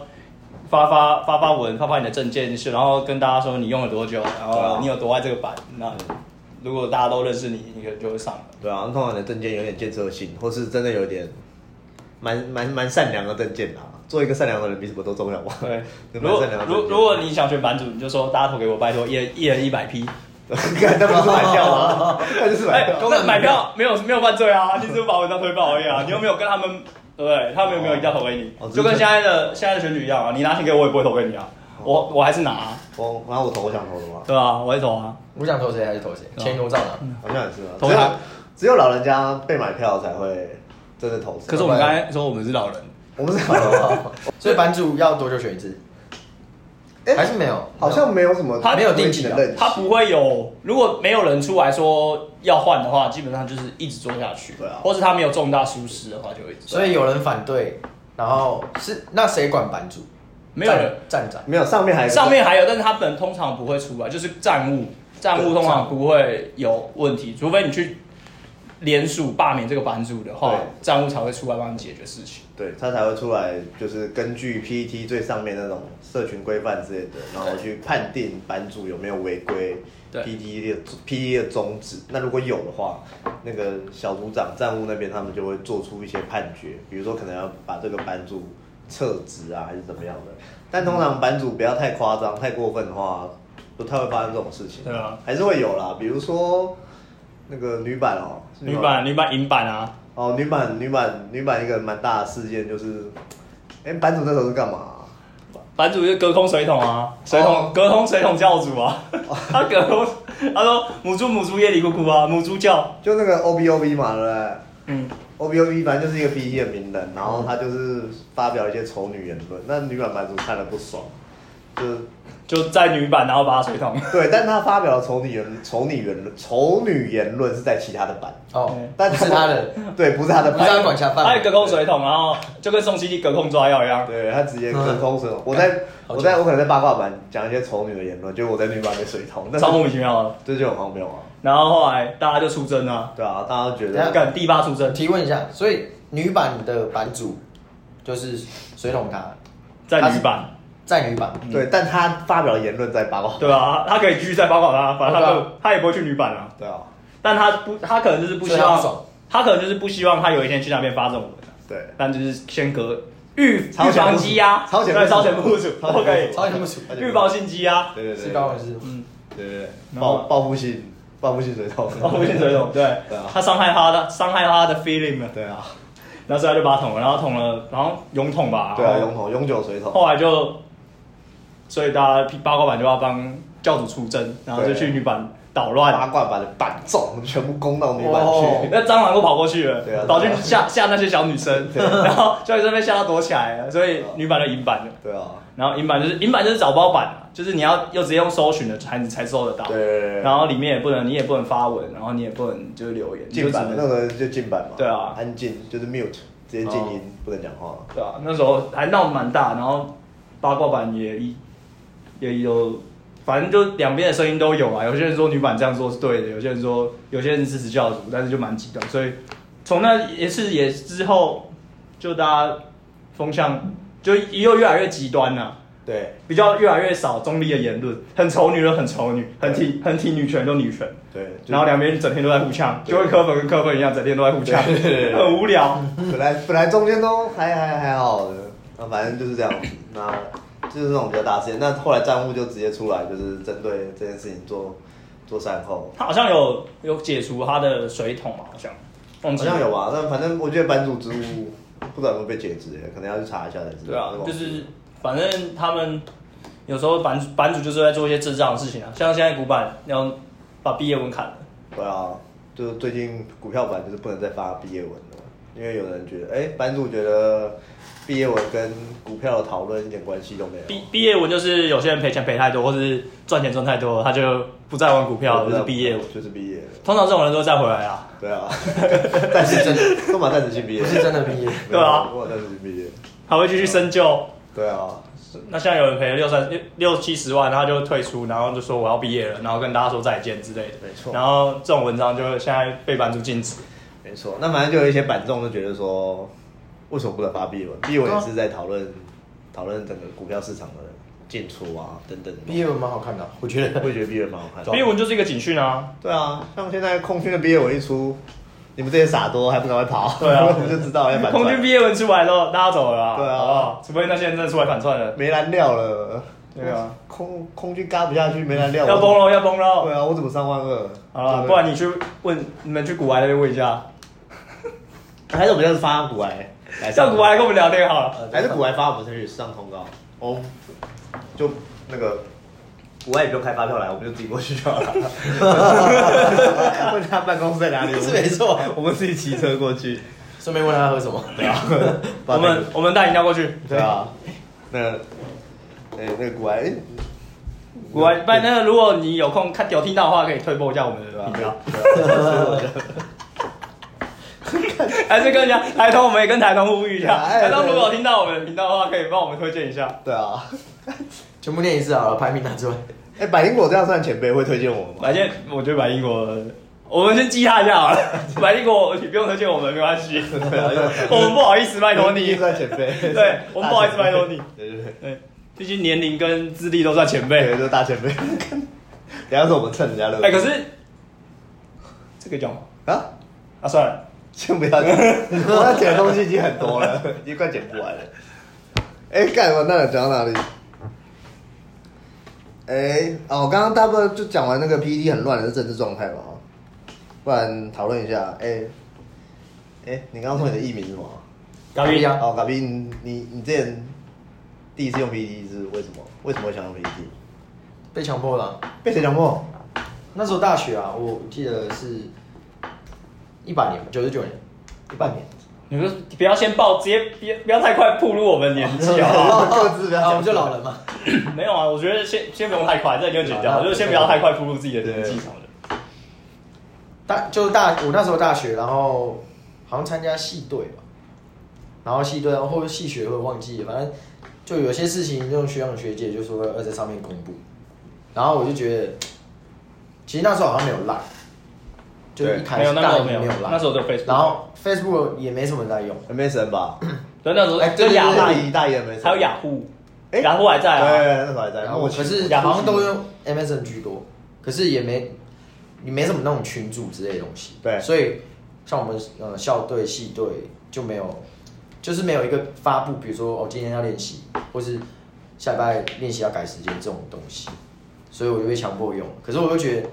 Speaker 1: 发发发发文，发发你的证件是，然后跟大家说你用了多久，然
Speaker 2: 对啊
Speaker 1: 后你有多爱这个版，那如果大家都认识你，你可能就会上了。
Speaker 2: 对啊，通常你的证件有点建设性，或是真的有点蛮蛮蛮善良的证件啊。做一个善良的人比什么都重要吧？
Speaker 1: 对，
Speaker 2: 就
Speaker 1: 如
Speaker 2: 蛮
Speaker 1: 果
Speaker 2: 善良的证
Speaker 1: 如
Speaker 2: 件
Speaker 1: 如果你想选版主，你就说大家投给我，拜托，一人一人一百批。
Speaker 2: 看那不是买 票吗？那就是
Speaker 1: 哎，
Speaker 2: 买票。
Speaker 1: 那买票没有没有犯罪啊，你只是把文章推爆而已啊，你又没有跟他们，对不对？他们有没有一定要投给你
Speaker 2: 哦？
Speaker 1: 就跟现在的现在的选举一样啊，你拿钱给我，我也不会投给你啊，我我还是拿啊，
Speaker 2: 我然后我投我想投的吗？
Speaker 1: 对吧？我会投啊，
Speaker 3: 我想投谁还是投谁？钱牛账啊！
Speaker 2: 好像也是啊。
Speaker 1: 投
Speaker 2: 只有
Speaker 1: 他
Speaker 2: 只有老人家被买票才会真的投资。
Speaker 1: 可是我们刚才说我们是老人，
Speaker 2: 我们是好人啊，
Speaker 3: 所以版主要多久选一次？
Speaker 2: 哎
Speaker 3: 还是没有？
Speaker 2: 好像没有什么
Speaker 1: 他
Speaker 3: 没有定级啊
Speaker 2: 的认知
Speaker 1: 他不会有，如果没有人出来说要换的话，基本上就是一直做下去，
Speaker 2: 对啊
Speaker 1: 或是他没有重大疏失的话，就会一直做。
Speaker 3: 所以有人反对，然后是那谁管版主？
Speaker 1: 没有人
Speaker 3: 站站长，
Speaker 2: 没有上面还有
Speaker 1: 上面还有，但是他本通常不会出来，就是站务，站务通常不会有问题，除非你去联署罢免这个版主的话
Speaker 2: 对，
Speaker 1: 站务才会出来帮你解决事情。
Speaker 2: 对他才会出来，就是根据 PET 最上面那种社群规范之类的，然后去判定版主有没有违规
Speaker 1: 对
Speaker 2: PET 的 PET 的宗旨。那如果有的话，那个小组长站务那边他们就会做出一些判决，比如说可能要把这个版主撤职啊，还是怎么样的。但通常版主不要太夸张、太过分的话，不太会发生这种事情。
Speaker 1: 对啊，
Speaker 2: 还是会有啦，比如说那个女版哦，是
Speaker 1: 女
Speaker 2: 吗
Speaker 1: 版、女版、银版啊，
Speaker 2: 哦，女版女版女版一个蛮大的事件就是，哎、版主那时候是干嘛、
Speaker 1: 版主就是隔空水桶啊，水桶、
Speaker 2: 哦
Speaker 1: 隔空水桶教主啊， 他隔空他说母猪母猪夜里咕咕啊，母猪叫，
Speaker 2: 就那个 O B O B 嘛，对不对
Speaker 1: 嗯，
Speaker 2: ？O B O B 反正就是一个 P E 的名人，然后他就是发表一些丑女言论，那女版版主看了不爽，就是
Speaker 1: 就在女版然后把他水 桶，
Speaker 2: 对，但他发表的丑女言丑女言论丑女言论是在其他的版，
Speaker 3: 哦，
Speaker 2: 但
Speaker 3: 是他 的，
Speaker 2: 对，不是他的
Speaker 3: 不是他
Speaker 2: 版，
Speaker 3: 管辖范
Speaker 1: 他有
Speaker 3: 围
Speaker 1: 隔。空水桶，然后就跟宋茜茜隔空抓药一样，
Speaker 2: 对他直接隔空
Speaker 3: 嗯
Speaker 2: 水桶。我在我在我可能在八卦版讲一些丑女的言论，结果我在女版被水桶，但是
Speaker 1: 超莫名其妙的。
Speaker 2: 这就很荒谬啊！
Speaker 1: 然后后来大家就出征啊，
Speaker 2: 对啊，大家都觉
Speaker 3: 等一
Speaker 2: 得
Speaker 3: 下
Speaker 1: 敢第八出征，
Speaker 3: 提问一下，所以女版的版主就是水桶他，
Speaker 1: 在女
Speaker 2: 啊
Speaker 1: 版。
Speaker 3: 在女版，
Speaker 2: 对，但他发表的言论在八卦。
Speaker 1: 嗯对啊，他
Speaker 2: 啊
Speaker 1: 可以继续再包搞他，反正他
Speaker 3: 对
Speaker 1: 不，他也不会去女版啊。
Speaker 2: 对啊，
Speaker 1: 但他不，他可能就是不希
Speaker 3: 所以他
Speaker 1: 望
Speaker 3: 不爽，
Speaker 1: 他可能就是不希望他有一天去那边发这种文啊、
Speaker 2: 对，
Speaker 1: 但就是先隔预预
Speaker 2: 超前
Speaker 1: 防
Speaker 2: 部署
Speaker 1: 积压，
Speaker 2: 超前
Speaker 1: 对超前
Speaker 2: 部
Speaker 1: 部
Speaker 2: 署
Speaker 1: 署
Speaker 2: 超前部署
Speaker 1: ，OK，
Speaker 3: 超前部署
Speaker 2: 超前部署
Speaker 1: 预防性积压，
Speaker 2: 对对对，
Speaker 3: 是高还是？
Speaker 1: 嗯，
Speaker 2: 对对对，
Speaker 1: 然
Speaker 2: 报
Speaker 1: 后
Speaker 2: 报复性报复性水桶，
Speaker 1: 然后性水桶，对
Speaker 2: 对啊，
Speaker 1: 他伤害他的伤害他的 feeling 了，
Speaker 2: 对啊，
Speaker 1: 那时候他就把他捅了，然后捅了，然后永捅吧，
Speaker 2: 对啊，
Speaker 1: 然后
Speaker 2: 永桶永久水桶，
Speaker 1: 后来就，所以大家八卦版就要帮教主出征，然后就去女版捣
Speaker 2: 八
Speaker 1: 乱。
Speaker 2: 冠版的板重全部攻到女版去，
Speaker 1: 那蟑螂都跑过去了
Speaker 2: 对啊，
Speaker 1: 跑去吓吓那些小女生，
Speaker 2: 对
Speaker 1: 然后教主这边吓到躲起来了，所以
Speaker 2: 啊
Speaker 1: 女版就银版了。
Speaker 2: 对啊，
Speaker 1: 然后银版就是银版就是找包版啊，就是你要又直接用搜寻的才才搜得到。
Speaker 2: 对对对对，
Speaker 1: 然后里面也不能，你也不能发文，然后你也不能就是留言，
Speaker 2: 禁版
Speaker 1: 你就只能
Speaker 2: 那个就禁版嘛，
Speaker 1: 对啊哦
Speaker 2: 安静就是 mute，直接静音，不能讲话，
Speaker 1: 对啊，那时候还闹蛮大，然后八卦版也一也有，反正就两边的声音都有啊。有些人说女版这样做是对的，有些人说有些人支持教主，但是就蛮极端。所以从那一次也之后，就大家风向就又越来越极端了、啊
Speaker 2: 对
Speaker 1: 比较越来越少中立的言论，很丑女的很丑女，很挺很挺女权都女权。
Speaker 2: 对，就
Speaker 1: 然后两边整天都在互呛，
Speaker 2: 对
Speaker 1: 就跟柯粉跟柯粉一样，整天都在互呛，
Speaker 2: 对对对对
Speaker 1: 很无聊。
Speaker 2: 本来本来中间都还还还好的，啊，反正就是这样子。那就是这种比较大事件。那后来战务就直接出来，就是针对这件事情做做善后，
Speaker 1: 他好像有有解除他的水桶嘛，好像忘
Speaker 2: 好
Speaker 1: 记了
Speaker 2: 像有啊吧？但反正我觉得版主职务不知道有没有被解职，可能要去查一下才知
Speaker 1: 对啊
Speaker 2: 道。，
Speaker 1: 就是反正他们有时候版主版主就是在做一些智障的事情啊，像现在古板要把毕业文砍了，
Speaker 2: 对啊，就是最近股票版就是不能再发毕业文了，因为有人觉得，哎、版主觉得毕业文跟股票的讨论一点关系都没有。
Speaker 1: 毕毕业文就是有些人赔钱赔太多，或是赚钱赚太多，他就不再玩股票了，就是毕业文。
Speaker 2: 就是毕业了。
Speaker 1: 通常这种人都会再回来啊，
Speaker 2: 对啊， 暂时真，都嘛暂时性毕业
Speaker 3: 不。是真的毕业，
Speaker 1: 对啊
Speaker 2: 我暂时性毕业。
Speaker 1: 还会继续深究。
Speaker 2: 对啊，
Speaker 1: 那现在有人赔了六三六六七十万，他就退出，然后就说我要毕业了，然后跟大家说再见之类的。
Speaker 2: 没错
Speaker 1: 然后这种文章就现在被版主禁止。
Speaker 2: 没错。那反正就有一些板众就觉得说，为什么不能发毕业文？毕业文也是在讨论讨论整个股票市场的进出啊等等的。
Speaker 3: 毕业文蛮好看的啊，我觉得。
Speaker 2: 会觉得毕业文蛮好看的。
Speaker 1: 毕业文就是一个警讯啊，
Speaker 2: 对啊，像现在空军的毕业文一出，你们这些傻多还不赶快跑？
Speaker 1: 对啊
Speaker 2: 我们就知道要反
Speaker 1: 空军毕业文出来之后，大家走了啊，
Speaker 2: 对啊
Speaker 1: 好不好除非那些人真的出来反串了，
Speaker 2: 没燃料了。
Speaker 1: 对啊，
Speaker 2: 空空军嘎不下去，没燃料。
Speaker 1: 要崩喽，要崩喽
Speaker 2: 对。啊，我怎么三万二？
Speaker 1: 好了，
Speaker 2: 对
Speaker 1: 不
Speaker 2: 对
Speaker 1: 然你去问你们去古玩那边问一下，
Speaker 2: 还是我们就是发股癌，来
Speaker 1: 叫
Speaker 2: 上
Speaker 1: 古玩来跟我们聊天好了。
Speaker 2: 呃，还是股癌发我们去上通告哦，就那个股外也不用开发票来，我们就自己过去就好了。 问他办公室在哪里？我 们
Speaker 3: 是没错，啊
Speaker 2: 我们自己骑车过 去。
Speaker 3: 顺便问他喝什么。对啊，
Speaker 2: 呃
Speaker 1: 我们我们带饮料过去，
Speaker 2: 对啊，那个哎、那个股癌，哎
Speaker 1: 古玩。不然那个如果你有空看有听到的话，可以推播一下我们的
Speaker 2: 啊
Speaker 1: 饮料，还是跟人家台通，我们也跟台通呼吁一下。
Speaker 2: 哎
Speaker 1: 台通如果有听到我们的频道的话，可以帮我们推荐一下。
Speaker 2: 对啊，
Speaker 3: 全部念一次好了，排名拿出来。
Speaker 2: 哎、百灵果这样算前辈会推荐我们吗？
Speaker 1: 白建，我觉得白英国，我们先记他一下好了。白英国你不用推荐我们没关 系，
Speaker 2: 啊
Speaker 1: 我们不好意思，拜托
Speaker 2: 一
Speaker 1: 你
Speaker 2: 定。算前辈，
Speaker 1: 对，我们不好意思，拜托你。
Speaker 2: 对对对。
Speaker 1: 对，毕竟年龄跟资历都算前辈
Speaker 2: 对，。就是大前辈。 等一下是我们蹭人家热度。
Speaker 1: 哎、可是这个讲吗？
Speaker 2: 啊，
Speaker 1: 啊，算了，
Speaker 2: 先不要剪，我要剪的东西已经很 多了，已经快剪不完了。哎、干完蛋了，讲到哪里？哎、哦，刚刚大部分就讲完那个 PPT 很乱的政治状态嘛，哈，不然讨论一下。哎、哎、你刚刚说你的艺名是什么？
Speaker 1: 嘎逼
Speaker 3: 啊
Speaker 2: 哦，嘎比，你你你之前第一次用 PPT 是为什么？为什么会想用 E PPT？
Speaker 3: 被强迫的啊、
Speaker 2: 被谁强迫？
Speaker 3: 那时候大学啊，我记得是一八年吧，九十九年，
Speaker 2: 一半年。
Speaker 1: 你们不要先报，直接别不要太快暴露我们年纪好不 好？
Speaker 2: 哦，各自不要
Speaker 3: 啊，
Speaker 2: 讲
Speaker 3: 我们就老人嘛。
Speaker 1: 没有啊，我觉得先先不用太快，这就剪
Speaker 3: 对啊
Speaker 1: 掉，就是先不要太快暴露自己的年纪
Speaker 2: 对
Speaker 1: 什么的。
Speaker 3: 大就大，我那时候大学，然后好像参加系队吧，然后系队，然后或者系学会忘记了，反正就有些事情，用学长学姐就说要在上面公布，然后我就觉得，其实那时候好像没有 Line，就
Speaker 2: 对
Speaker 3: 一开
Speaker 1: 没有
Speaker 3: 始
Speaker 1: 那
Speaker 3: 大
Speaker 1: 时
Speaker 3: 学
Speaker 1: 候没有那时候只有 Facebook
Speaker 3: 然后 Facebook 也没什么人在用，
Speaker 2: MSN 吧，
Speaker 1: 所以那时候
Speaker 3: 哎对
Speaker 1: 就雅
Speaker 2: 大
Speaker 1: 大，
Speaker 2: 一大一 MSN，
Speaker 1: 还有雅虎，
Speaker 2: 哎
Speaker 1: 雅虎还在
Speaker 2: 对，
Speaker 1: 啊。
Speaker 2: 那时候还在。
Speaker 3: 然后我
Speaker 2: 其
Speaker 3: 可
Speaker 2: 实
Speaker 3: 是好像都用 MSN 居多，可是也没你没什么那种群组之类的东西，
Speaker 2: 对
Speaker 3: 所以像我们呃校队、系队就没有，就是没有一个发布，比如说哦今天要练习，或是下礼拜练习要改时间这种东西，所以我就会强迫用。可是我又觉得，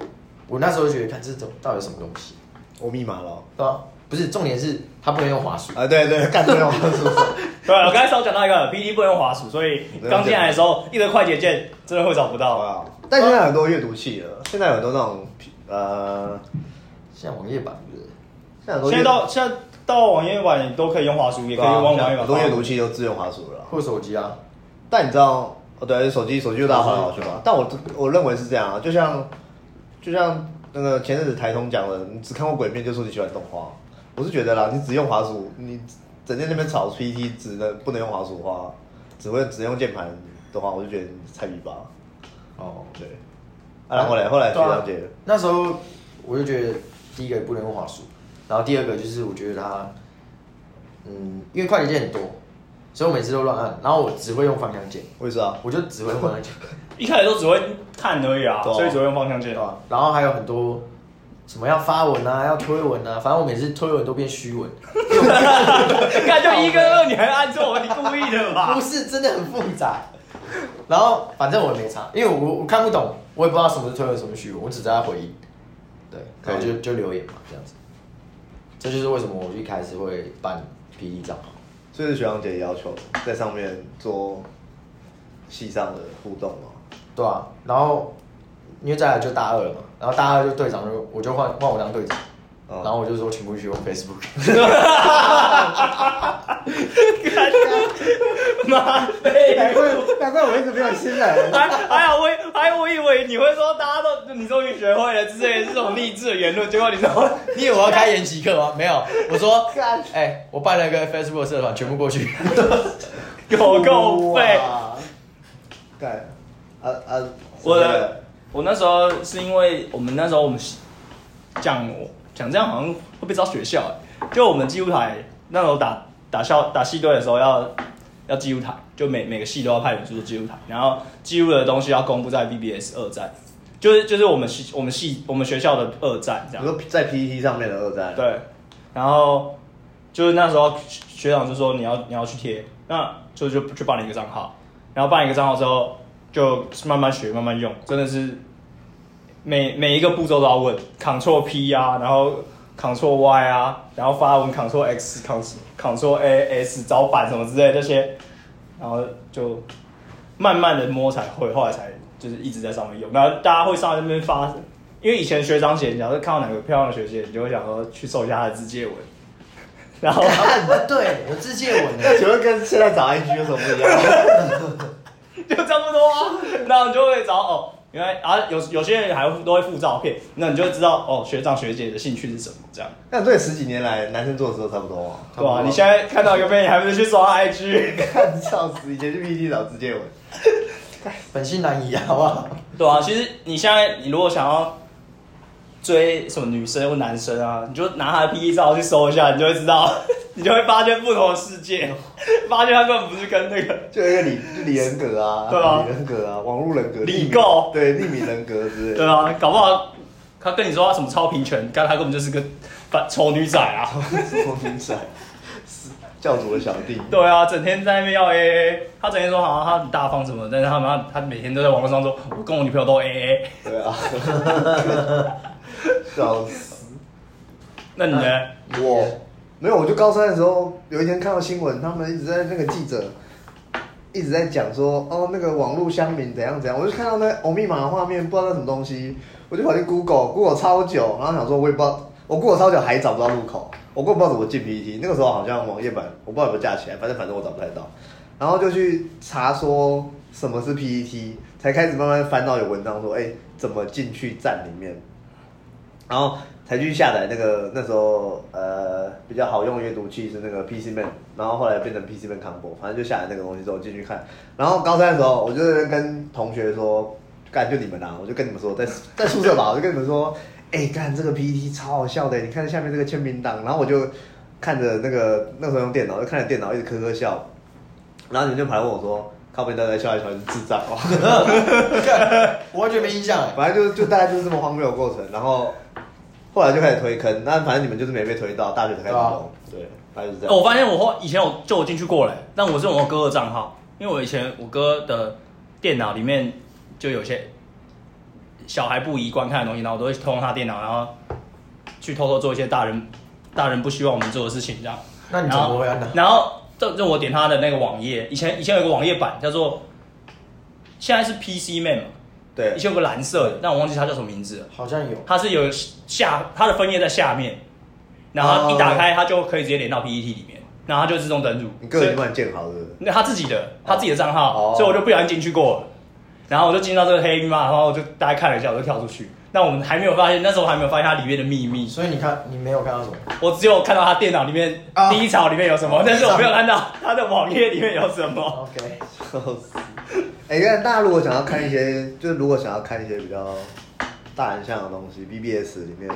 Speaker 3: 我那时候就觉得，看这种到底是什么东西，
Speaker 2: 我密码了
Speaker 3: 对吧？不是，重点是他不能用滑鼠，
Speaker 2: 啊，对对，干这种是不是？
Speaker 1: 对，啊我刚才稍微讲到一个 PD 不能用滑鼠，所以刚进来的时候一堆快捷键真的会找不
Speaker 2: 好
Speaker 1: 到。
Speaker 2: 啊，但现在很多阅读器了，现在有很多那种呃，
Speaker 3: 现在网页版对不对？
Speaker 2: 现在很多
Speaker 1: 现
Speaker 2: 阅
Speaker 1: 在到现在到网页版你都可以用滑鼠，也可以用网页
Speaker 2: 对啊
Speaker 1: 版
Speaker 2: 很多阅读。器都支援滑鼠了啊。
Speaker 3: 或手机啊，
Speaker 2: 但你知道，哦对，手机手机就大环好去嘛。但我我认为是这样啊，就像就像那个前阵子台通讲的，你只看过鬼面就说你喜欢动画，我是觉得啦，你只用滑鼠，你整天那边吵 PT，只能不能用滑鼠的话，只会只用键盘的话，我就觉得你菜逼吧。
Speaker 3: 哦，
Speaker 2: 对，啊，然后嘞，后来学
Speaker 3: 对啊
Speaker 2: 长姐，
Speaker 3: 那时候我就觉得，第一个不能用滑鼠，然后第二个就是我觉得它，嗯，因为快捷键很多，所以我每次都乱按，然后我只会用方向键，
Speaker 2: 我也是啊，
Speaker 3: 我就只会用方向键，
Speaker 1: 一开始都只会看而已啊，
Speaker 2: 对啊
Speaker 1: 所以只会用方向键
Speaker 3: 对。吧？然后还有很多什么要发文啊，要推文啊，反正我每次推文都变虚文，
Speaker 1: 看就一跟二，你还按错，你故意的吧
Speaker 3: 不？是真的很复杂。然后反正我也没查，因为我我看不懂，我也不知道什么是推文，什么是虚文，我只知道它回应，对，
Speaker 2: 可以
Speaker 3: 然后就就留言嘛，这样子。这就是为什么我一开始会办 PD 账号。
Speaker 2: 所以是学长姐要求在上面做戏上的互动嘛。
Speaker 3: 对啊，然后因为再来就大二了嘛，然后大二就队长就我就换换我当队长，
Speaker 2: 哦
Speaker 3: 然后我就说全部去用 Facebook，
Speaker 1: 妈的！
Speaker 2: 难怪难怪我一直没有新人。
Speaker 1: 还还好我以还我以为你会说大家都你终于学会了之类的这种励志的言论，结果你知道
Speaker 3: 你以为我要开研习课吗？没有，我说
Speaker 2: 干
Speaker 3: 哎、我办了一个 Facebook 社团，全部过去。
Speaker 1: 狗够废。
Speaker 2: 哇！干，啊啊！
Speaker 1: 我的我那时候是因为我们那时候我们讲讲这样好像会被招学校、欸，就我们记录台那时候打打校打系队的时候要要记录台，就每每个系都要派人去做记录台，然后记录的东西要公布在 BBS 二战，就是就是我们系我们系我们学校的二战这
Speaker 2: 你
Speaker 1: 样。
Speaker 2: 说在 PPT 上面的二战，，
Speaker 1: 对，然后就是那时候学长就说你要你要去贴，那就就去办了一个账号，然后办了一个账号之后，就慢慢学慢慢用，真的是每每一个步骤都要问，Ctrl P 啊，然后 Ctrl Y 啊，然后发文 Ctrl X、Ctrl A、S 找板什么之类的这些，然后就慢慢的摸才会，后来才就是一直在上面用。然后大家会上来那边发，因为以前学长姐，你假设看到哪个漂亮的学姐，你就会想说去搜一下她的字界文，然后
Speaker 3: 不对，有自荐文
Speaker 2: 那请问跟现在找 IG 有什么不一样？
Speaker 1: 就差不多啊，然后你就会找哦，原来啊有有些人还会都会附照片，那你就会知道哦学长学姐的兴趣是什么这样，
Speaker 2: 那对十几年来，男生做的事都差不多啊。
Speaker 1: 对吧、你现在看到一个妹，你还不是去刷 IG？
Speaker 2: 看笑死，以前去 PPT 找直接文，
Speaker 3: 本性难移，好不好？
Speaker 1: 对啊，其实你现在你如果想要追什么女生或男生啊，你就拿他的 P E 照去搜一下，你就会知道， 你就会发现不同的世界，发现他根本不是跟那个
Speaker 2: 就有一个李就李人格啊，
Speaker 1: 对啊
Speaker 2: 李人格啊，网络人格，
Speaker 1: 李
Speaker 2: 匿名
Speaker 1: 构
Speaker 2: 对，匿名人格之类
Speaker 1: 对
Speaker 2: 的。
Speaker 1: 啊，搞不好他跟你说他什么超平权，但他根本就是个反丑女仔啊，
Speaker 2: 风云仔，教主的小弟，
Speaker 1: 对啊，整天在那边要 A A，他整天说好像他很大方什么，但是他妈他每天都在网络上说，我跟我女朋友都 A A，
Speaker 2: 对啊， 笑死。
Speaker 1: 那你呢？
Speaker 2: 我没有，我就高三的时候，有一天看到新闻，他们一直在那个记者一直在讲说，哦，那个网络乡民怎样怎样，我就看到那欧密码的画面，不知道那什么东西，我就跑去 Google，Google 超久，然后想说我也不知道，我 Google 超久还找不到入口，我根本不知道怎么进 PPT，那个时候好像网页版我不知道有没有架起来，反正反正我找不太到，然后就去查说什么是 PPT，才开始慢慢翻到有文章说，哎，怎么进去站里面，然后才去下载那个那时候呃比较好用的阅读器是那个 PC Man，然后后来变成 PC Man Combo，反正就下载那个东西之后进去看。然后高三的时候，我就在那边跟同学说，干就你们啦、我就跟你们说，在 在宿舍吧，我就跟你们说，哎、干这个 PPT 超好笑的，你看下面这个签名档，然后我就看着那个那时候用电脑，就看着电脑一直咯咯笑，然后你们就跑来问我说，靠边大家笑一笑你是智障哦。
Speaker 3: 我完全没印象哎。
Speaker 2: 反正就就大概就是这么荒谬的过程。然后后来就开始推坑，那反正你们就是没被推到，大学才开始
Speaker 3: 啊
Speaker 2: 弄，对，大概就是这
Speaker 1: 哦，
Speaker 2: 样。
Speaker 1: 我发现我后以前我就我进去过了，但我是用我哥的账号，因为我以前我哥的电脑里面就有些小孩不宜观看的东西，然后我都会偷用他电脑，然后去偷偷做一些大人大人不希望我们做的事情，这样。
Speaker 3: 那你
Speaker 1: 然
Speaker 3: 怎
Speaker 1: 后
Speaker 3: 么会安呢？
Speaker 1: 然后这这我点他的那个网页，以前以前有个网页版叫做，现在是 PC Man 嘛，
Speaker 2: 对
Speaker 1: 以，前有个蓝色的，但我忘记它叫什么名字了。
Speaker 3: 好像有，
Speaker 1: 它是有下它的分页在下面，然后它一打开它就可以直接连到 PPT 里面，然后它就自动登录。
Speaker 2: 你个人就把你建好，是不是？
Speaker 1: 那他自己
Speaker 3: 哦
Speaker 1: 的，他自己的账号，
Speaker 2: 哦
Speaker 1: 所以我就不小心进去过了。然后我就进到这个黑密码，然后我就大概看了一下，我就跳出去。那我们还没有发现，那时候还没有发现它里面的秘密，
Speaker 3: 所以你看你没有看到什么，
Speaker 1: 我只有看到他电脑里面、
Speaker 3: 啊
Speaker 1: 第一槽里面有什么
Speaker 3: 哦，
Speaker 1: 但是我没有看到他的网页里面有什么。
Speaker 3: OK，
Speaker 2: 哎、那大家如果想要看一些，就是如果想要看一些比较大人像的东西，BBS 里面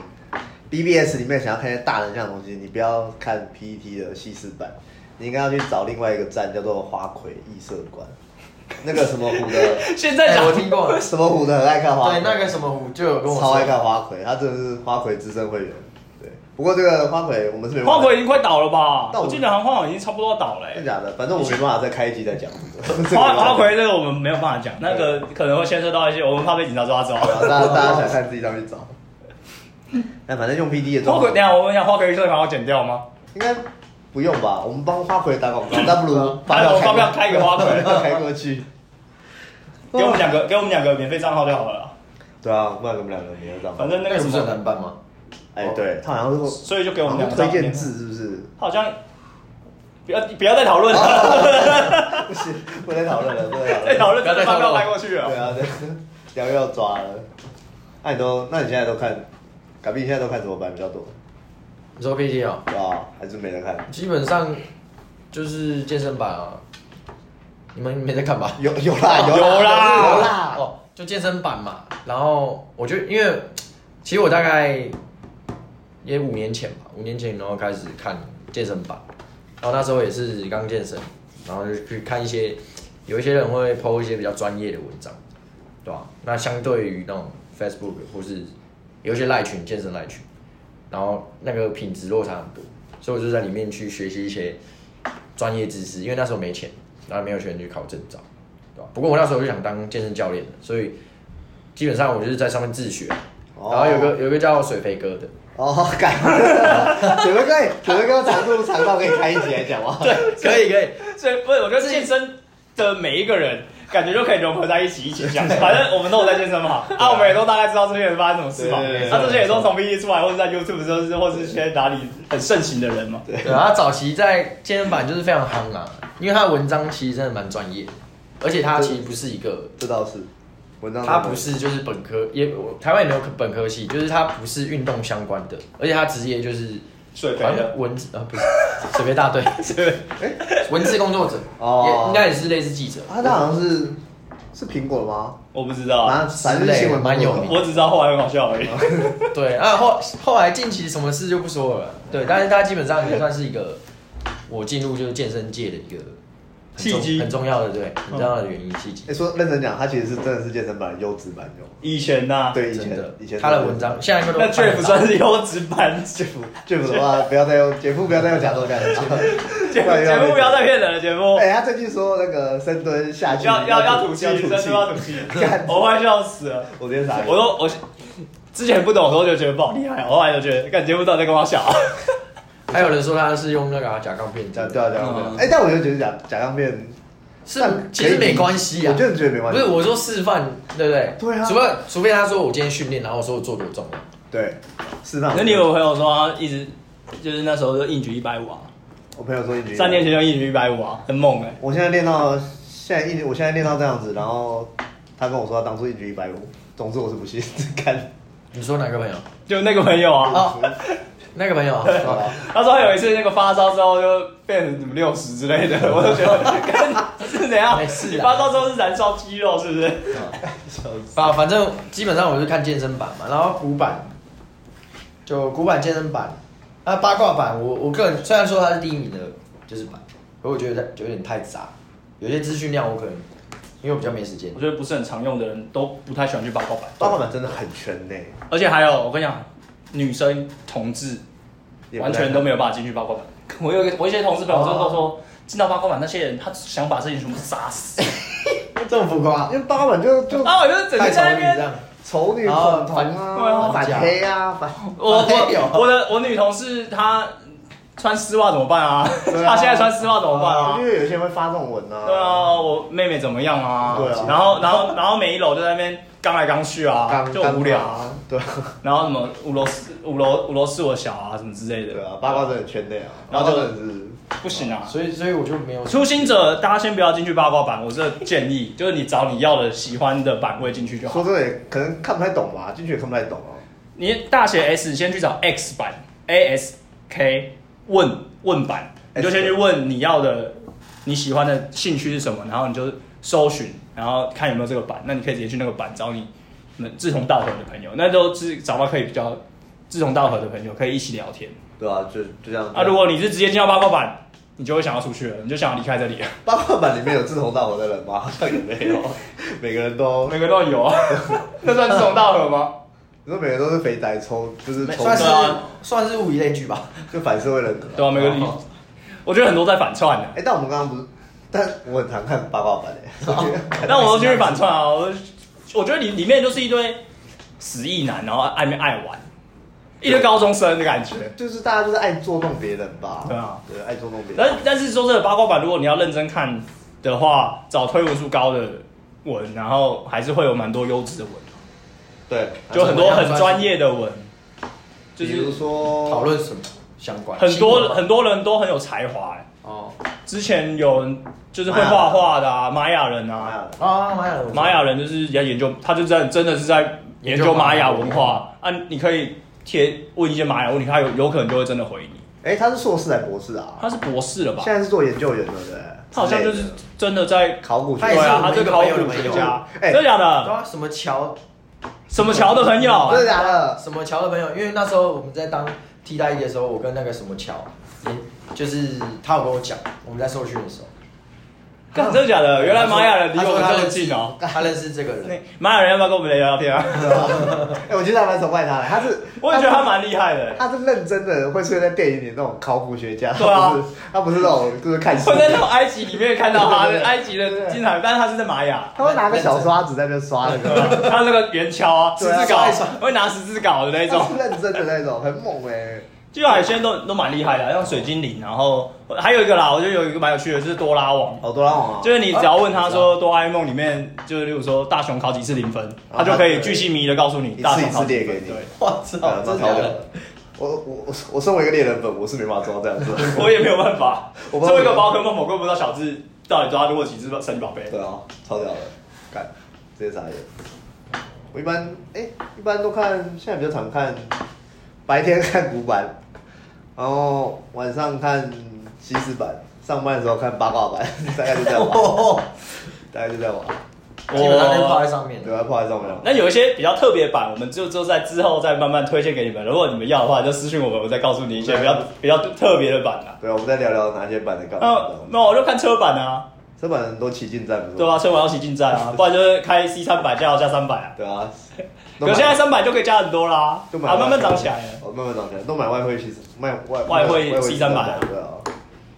Speaker 2: ，BBS 里面想要看一些大人像的东西，你不要看 PET 的西式版，你应该要去找另外一个站叫做花魁异色馆，那个什么 虎的，
Speaker 1: 现在
Speaker 3: 哎
Speaker 1: 讲、
Speaker 3: 我听 过了
Speaker 2: 什么虎的很爱看花魁，
Speaker 3: 对，那个什么虎就有跟我
Speaker 2: 超爱看
Speaker 3: 说，
Speaker 2: 花魁，他真的是花魁资深会员。对，不过这个花魁我们是没办
Speaker 1: 花
Speaker 2: 法
Speaker 1: 火已经快倒了吧？
Speaker 2: 那我
Speaker 1: 我记得好像花火已经差不多要倒了、
Speaker 2: 真
Speaker 1: 欸。
Speaker 2: 的假的，反正我没办法再开一集再讲。
Speaker 1: 花花魁这个我们没有办法讲，那个可能会牵涉到一些，我们怕被警察抓 走。
Speaker 2: 好大家大家想看自己上去找。那反正用 PD 的
Speaker 1: 花
Speaker 2: 状
Speaker 1: 魁，等
Speaker 2: 况
Speaker 1: 一下我问一下，花魁社团要剪掉 吗？
Speaker 2: 应该不用吧？我们帮花魁打广告，那 不如
Speaker 1: 反正我发票
Speaker 2: 票
Speaker 1: 开一个 花魁，
Speaker 2: 开过去。
Speaker 1: 给我们两个，给我们两个免费账号就好了啦。
Speaker 2: 对啊，不然我们两个没有账号
Speaker 1: 反。正那
Speaker 3: 那
Speaker 1: 个
Speaker 3: 个
Speaker 1: 什
Speaker 3: 不是很难
Speaker 1: 么，
Speaker 3: 办吗？
Speaker 2: 哎，对他好像是
Speaker 1: 所以就给我们两个
Speaker 2: 推荐
Speaker 1: 账号
Speaker 2: 字是 不是？
Speaker 1: 好像不要不要再讨论了，
Speaker 2: 不行，不能讨论了，不能 讨
Speaker 1: 再
Speaker 2: 论。
Speaker 1: 讨论
Speaker 3: 哦不要再
Speaker 1: 发
Speaker 3: 讨论
Speaker 1: 票
Speaker 3: 了
Speaker 1: 拍过去
Speaker 2: 对
Speaker 1: 了。
Speaker 2: 啊，对，两个要抓了。那你都，那你现在都看，嘎比你现在都看什么版比较多？
Speaker 3: 你说 PT 哦，
Speaker 2: 对吧？还是没得看？
Speaker 3: 基本上就是健身版啊，你们没在看吧？
Speaker 2: 有有啦
Speaker 3: 啊
Speaker 2: 有
Speaker 1: 有啦
Speaker 2: 有啦。
Speaker 3: 哦，就健身版嘛。然后我就因为其实我大概也五年前吧，五年前然后开始看健身版，然后那时候也是刚健身，然后就去看一些有一些人会 PO 一些比较专业的文章，对吧、那相对于那种 Facebook 或是有一些赖群健身赖群，然后那个品质落差很多，所以我就在里面去学习一些专业知识，因为那时候没钱，然后没有钱去考证照，对吧？不过我那时候就想当健身教练的，所以基本上我就是在上面自学，
Speaker 2: 哦
Speaker 3: 然后有个有个叫水肥哥 的，
Speaker 2: 哦，干！准备哥，准备哥长度长到可以开一集来讲吗？对，
Speaker 3: 可以可以，
Speaker 1: 所以不是，我觉得健身的每一个人。感觉就可以融合在一起一起讲，反正我们都有在健身嘛，啊，我们也都大概知道这些人发生什么事嘛
Speaker 2: 对对对，
Speaker 1: 啊，这些也都从 B E 出来，或者在 YouTube 都是，或是现在哪里很盛行的人嘛，
Speaker 3: 对，他早期在健身版就是非常夯啊，因为他的文章其实真的蛮专业的，而且他其实不是一个，
Speaker 2: 这倒是。文章
Speaker 3: 他不是就是本科，也我台湾也没有本科系，就是他不是运动相关的，而且他职业就是
Speaker 1: 水肥
Speaker 3: 反
Speaker 1: 的
Speaker 3: 正，文字啊不是水肥 大队，
Speaker 1: 对，
Speaker 3: 文字工作者
Speaker 2: 哦
Speaker 3: 也应该也是类似记者，
Speaker 2: 啊，他好像是是苹果的吗？
Speaker 1: 我不知道，
Speaker 3: 啊
Speaker 2: 反正反正是新闻
Speaker 3: 蛮有名
Speaker 1: 我只知道后来很好笑而已。
Speaker 3: 对啊后后来近期什么事就不说了，对，但是他基本上也算是一个我进入就是健身界的一个很重
Speaker 1: 契机
Speaker 3: 很重要的对很重要的原因契机
Speaker 2: 哎、。说认真讲，他其实是真的是健身版的优质版用。
Speaker 1: 以前呐、
Speaker 2: 对，以
Speaker 3: 真
Speaker 2: 前
Speaker 3: 的
Speaker 2: 嗯以前
Speaker 3: 他的文 章，现在应该都
Speaker 1: 那 Jeff
Speaker 3: 不
Speaker 1: 算是优质版 Jeff，
Speaker 2: 卷腹的话，不要再用姐夫，不要再用假头 讲了。
Speaker 1: 节目节目不要再骗人了，节目
Speaker 2: 哎、他最近说那个深蹲下去
Speaker 1: 哦要要要吐气，真
Speaker 2: 吐
Speaker 1: 的
Speaker 2: 气，
Speaker 1: 要吐气
Speaker 2: 干，
Speaker 1: 我快笑死了。
Speaker 2: 我直接傻眼。
Speaker 1: 我都我之前不懂的时候就觉得不好厉害，后来就觉得干节目到底在跟我笑。
Speaker 3: 还有人说他是用那个啊甲钢片
Speaker 2: 假
Speaker 3: 针，
Speaker 2: 对啊，假钢
Speaker 1: 嗯
Speaker 2: 片。哎、但我就觉得假假钢片，
Speaker 3: 是
Speaker 2: 但可以
Speaker 3: 其实没关系啊
Speaker 2: 我，就是觉得没关
Speaker 3: 不
Speaker 2: 系。
Speaker 3: 是我说示范，对不对？
Speaker 2: 对啊
Speaker 3: 除非除非他说我今天训练，然后我说我做多重量，
Speaker 2: 对，是
Speaker 3: 啊
Speaker 2: 那。
Speaker 1: 那你有朋友说他一直就是那时候就硬举一百五啊，
Speaker 2: 我朋友说一
Speaker 3: 啊
Speaker 2: 局
Speaker 1: 三年前就硬举一百五啊，很猛哎、
Speaker 2: 我现在练到现在一，我现在练到这样子，然后他跟我说他当初一局一百五，总之我是不信， 看
Speaker 3: 你说哪个朋友？
Speaker 1: 就那个朋友啊，
Speaker 3: 哦，那个朋友啊， 哦
Speaker 1: 他说他有一次那个发烧之后就变成什么六十之类的，我就觉 得干是怎样？
Speaker 3: 没事啊
Speaker 1: 你发烧之后是燃烧肌肉是不是？
Speaker 3: 啊反反正基本上我是看健身版嘛，然后古板就古板健身版，啊八卦版我我个人虽然说它是第一名的，就是版，可我觉得有点太杂，有些资讯量我可能因为我比较没时间
Speaker 1: 我，觉得不是很常用的人都不太喜欢去八卦版，
Speaker 2: 八卦板真的很全呢、
Speaker 1: 而且还有我跟你讲，女生同志
Speaker 2: 也不
Speaker 1: 完
Speaker 2: 太
Speaker 1: 全
Speaker 2: 好
Speaker 1: 都没有办法进去八卦版。 我有一个我一些同事朋友就跟我
Speaker 3: 哦
Speaker 1: 说，进到八卦版那些人，他想把这些全部杀 死。
Speaker 3: 这么浮夸
Speaker 2: 因，为八版就就
Speaker 1: 然后我就是整
Speaker 3: 太
Speaker 1: 天
Speaker 3: 丑
Speaker 1: 在
Speaker 3: 了
Speaker 1: 那
Speaker 3: 你这
Speaker 1: 边，
Speaker 3: 样。
Speaker 2: 丑女
Speaker 3: 然
Speaker 2: 粉
Speaker 3: 后
Speaker 2: 红
Speaker 3: 反
Speaker 1: 对啊
Speaker 2: 啊，反黑啊，反
Speaker 1: 我
Speaker 3: 没有
Speaker 1: 我我的我女同事她穿丝袜怎么办啊？
Speaker 2: 对啊
Speaker 1: 她现在穿丝袜怎么办啊
Speaker 2: 因？为有些人会发这种文啊。
Speaker 1: 对啊，我妹妹怎么样啊？
Speaker 2: 对啊
Speaker 1: 然后然后然后每一楼就在那边刚来刚去啊，
Speaker 2: 刚，
Speaker 1: 就很无聊
Speaker 2: 刚
Speaker 1: 啊。
Speaker 2: 啊，对啊
Speaker 1: 然后什么五楼是五楼五楼是我小啊，什么之类的。
Speaker 2: 对啊，八卦真的很圈内啊，
Speaker 1: 然后就
Speaker 2: 八卦真的是
Speaker 1: 不行啊。
Speaker 3: 所以所以我就没有
Speaker 1: 初心者，大家先不要进去八卦版，我这建议就是你找你要的喜欢的版位进去就好
Speaker 2: 说。真的也可能看不太懂吧，进去也看不太懂啊。
Speaker 1: 你大写 S 先去找 X 版 A S K 问问版，你就先去问你要的你喜欢的兴趣是什么，然后你就搜寻，然后看有没有这个版。那你可以直接去那个版找你们志同道合的朋友，那都是找到可以比较志同道合的朋友，可以一起聊天。
Speaker 2: 对啊，就就这样。
Speaker 1: 啊，如果你是直接进到八卦版，你就会想要出去了，你就想要离开这里了。
Speaker 2: 八卦版里面有志同道合的人吗？ 好像也没有，每个人都，
Speaker 1: 每个都有啊， 那算志同道合吗？
Speaker 2: 你说每个人都是肥宅抽，就是抽
Speaker 3: 算是
Speaker 1: 对啊
Speaker 3: 算是物以类聚吧。
Speaker 2: 就反社会人格啊。
Speaker 1: 对啊，每个人
Speaker 3: 哦，
Speaker 1: 我觉得很多在反串的、啊
Speaker 2: 哎，但我们刚刚不是，但我很常看八卦版欸 诶。
Speaker 1: 但我都去反串啊，我我觉得里里面就是一堆死意男，然后爱面爱玩，一堆高中生的感觉。
Speaker 2: 就是大家就是爱捉弄别人吧，
Speaker 1: 对啊，
Speaker 2: 对，爱捉弄别人
Speaker 1: 但，但是说这个八卦版，如果你要认真看的话，找推文数高的文，然后还是会有蛮多优质的文，
Speaker 2: 对，
Speaker 1: 就很多
Speaker 3: 怎么样
Speaker 1: 很专业的文，就
Speaker 2: 比如
Speaker 1: 是
Speaker 2: 说
Speaker 3: 讨论什么相关？
Speaker 1: 很
Speaker 3: 新
Speaker 1: 多
Speaker 3: 闻吧
Speaker 1: 很多人都很有才华、欸
Speaker 3: 哦
Speaker 1: 之前有人就是会画画的啊，玛雅人啊，
Speaker 2: 啊，
Speaker 3: 啊，玛雅人，
Speaker 1: 玛雅人就是要研究，他就在真的是在研究玛雅文化啊。你可以贴问一些玛雅问题，他有有可能就会真的回你。
Speaker 2: 哎，他是硕士还是博士啊？
Speaker 1: 他是博士了吧？
Speaker 2: 现在是做研究员了，对不对，
Speaker 1: 他好像就是真的在
Speaker 2: 考古学
Speaker 3: 他也
Speaker 1: 对
Speaker 3: 是
Speaker 1: 啊，
Speaker 3: 我
Speaker 1: 他
Speaker 3: 们
Speaker 1: 是
Speaker 3: 一个
Speaker 1: 考
Speaker 3: 朋友的
Speaker 1: 古
Speaker 3: 朋
Speaker 1: 学
Speaker 3: 友
Speaker 1: 家，
Speaker 2: 哎
Speaker 1: 真的假的？
Speaker 3: 对啊，什么桥
Speaker 1: 什么桥的朋友啊
Speaker 2: 真？的假的？
Speaker 3: 什么桥的朋友，因为那时候我们在当替代役的时候，我跟那个什么桥，就是他有跟我讲，我们在受训的时候，
Speaker 1: 干真的假
Speaker 2: 哎
Speaker 1: 的？原来玛雅人离
Speaker 3: 他
Speaker 1: 我
Speaker 3: 说
Speaker 1: 们
Speaker 3: 他
Speaker 1: 这么
Speaker 3: 认
Speaker 1: 近
Speaker 3: 识
Speaker 1: 哦。
Speaker 3: 他认识这个
Speaker 1: 那
Speaker 3: 人，
Speaker 1: 玛雅人要不要跟我们聊聊天啊？
Speaker 2: 哎，我觉得还蛮崇拜他的，他是，
Speaker 1: 我也觉得他蛮厉害的、
Speaker 2: 他是认真的，会出现在电影里那种考古学家，
Speaker 1: 对啊
Speaker 2: 他不是他不是那种就是看书
Speaker 1: 会，在那种埃及里面看到他，
Speaker 2: 对对对
Speaker 1: 埃及的精彩，但是他是在玛雅。
Speaker 2: 他会拿个小刷子在那边刷那个，
Speaker 1: 他那个圆锹啊，十
Speaker 2: 对啊
Speaker 1: 字镐
Speaker 2: 刷一，
Speaker 1: 会拿十字镐的那
Speaker 2: 他
Speaker 1: 种
Speaker 2: 是。认真的那种，很猛哎，
Speaker 1: 基本海鲜都都蛮厉害的，像水精灵，然后还有一个啦，我觉得有一个蛮有趣的，就是多拉王。
Speaker 2: 好多拉网啊
Speaker 1: 就是你只要问他说《哆啦 A 梦》里面，就是例如说大雄考几次零分，
Speaker 2: 啊
Speaker 1: 他就可以巨细靡遗的告诉你
Speaker 2: 一次
Speaker 1: 大雄考
Speaker 2: 一
Speaker 1: 几
Speaker 2: 次列
Speaker 1: 分
Speaker 2: 给。你
Speaker 1: 对，
Speaker 3: 我
Speaker 2: 啊
Speaker 3: 操，真的假的？
Speaker 2: 我我我我身为一个猎人粉，我是没办法做到这样子。
Speaker 1: 我也没有办法。
Speaker 2: 我
Speaker 1: 作
Speaker 2: 不知道
Speaker 1: 为一个宝可梦，我根本不知道小智到底抓过几只神奇宝贝。
Speaker 2: 对啊，超屌的，干，直接傻眼。我一般哎、一般都看，现在比较常看，白天看古板，然后晚上看西式版，上班的时候看八卦版， 大概就这样吧，
Speaker 3: 哦，
Speaker 2: 大概就这样吧。
Speaker 3: 基本上都泡
Speaker 1: 我
Speaker 3: 在上面
Speaker 2: 对。啊，破坏上面了。
Speaker 1: 那有一些比较特别版，我们就就在之后再慢慢推荐给你们。如果你们要的话，就私信我们，我再告诉你一些比较比较特别的版啦。
Speaker 2: 对啊，我们再聊聊哪些版的干嘛
Speaker 1: 那
Speaker 2: 的。
Speaker 1: 那我就看车版啊。
Speaker 2: 这版人都骑进站不是？
Speaker 1: 哦对啊，车我要骑进站 啊，不然就是开 C 三百加油加三百啊。
Speaker 2: 对啊，都
Speaker 1: 可
Speaker 2: 买
Speaker 1: 现在三百就可以加很多啦，
Speaker 2: 就买
Speaker 1: 啊，慢慢涨起来了。
Speaker 2: 哦，慢慢涨起来，都买外汇其实卖外
Speaker 1: 外汇
Speaker 2: 外
Speaker 1: C300 啊
Speaker 2: 对啊。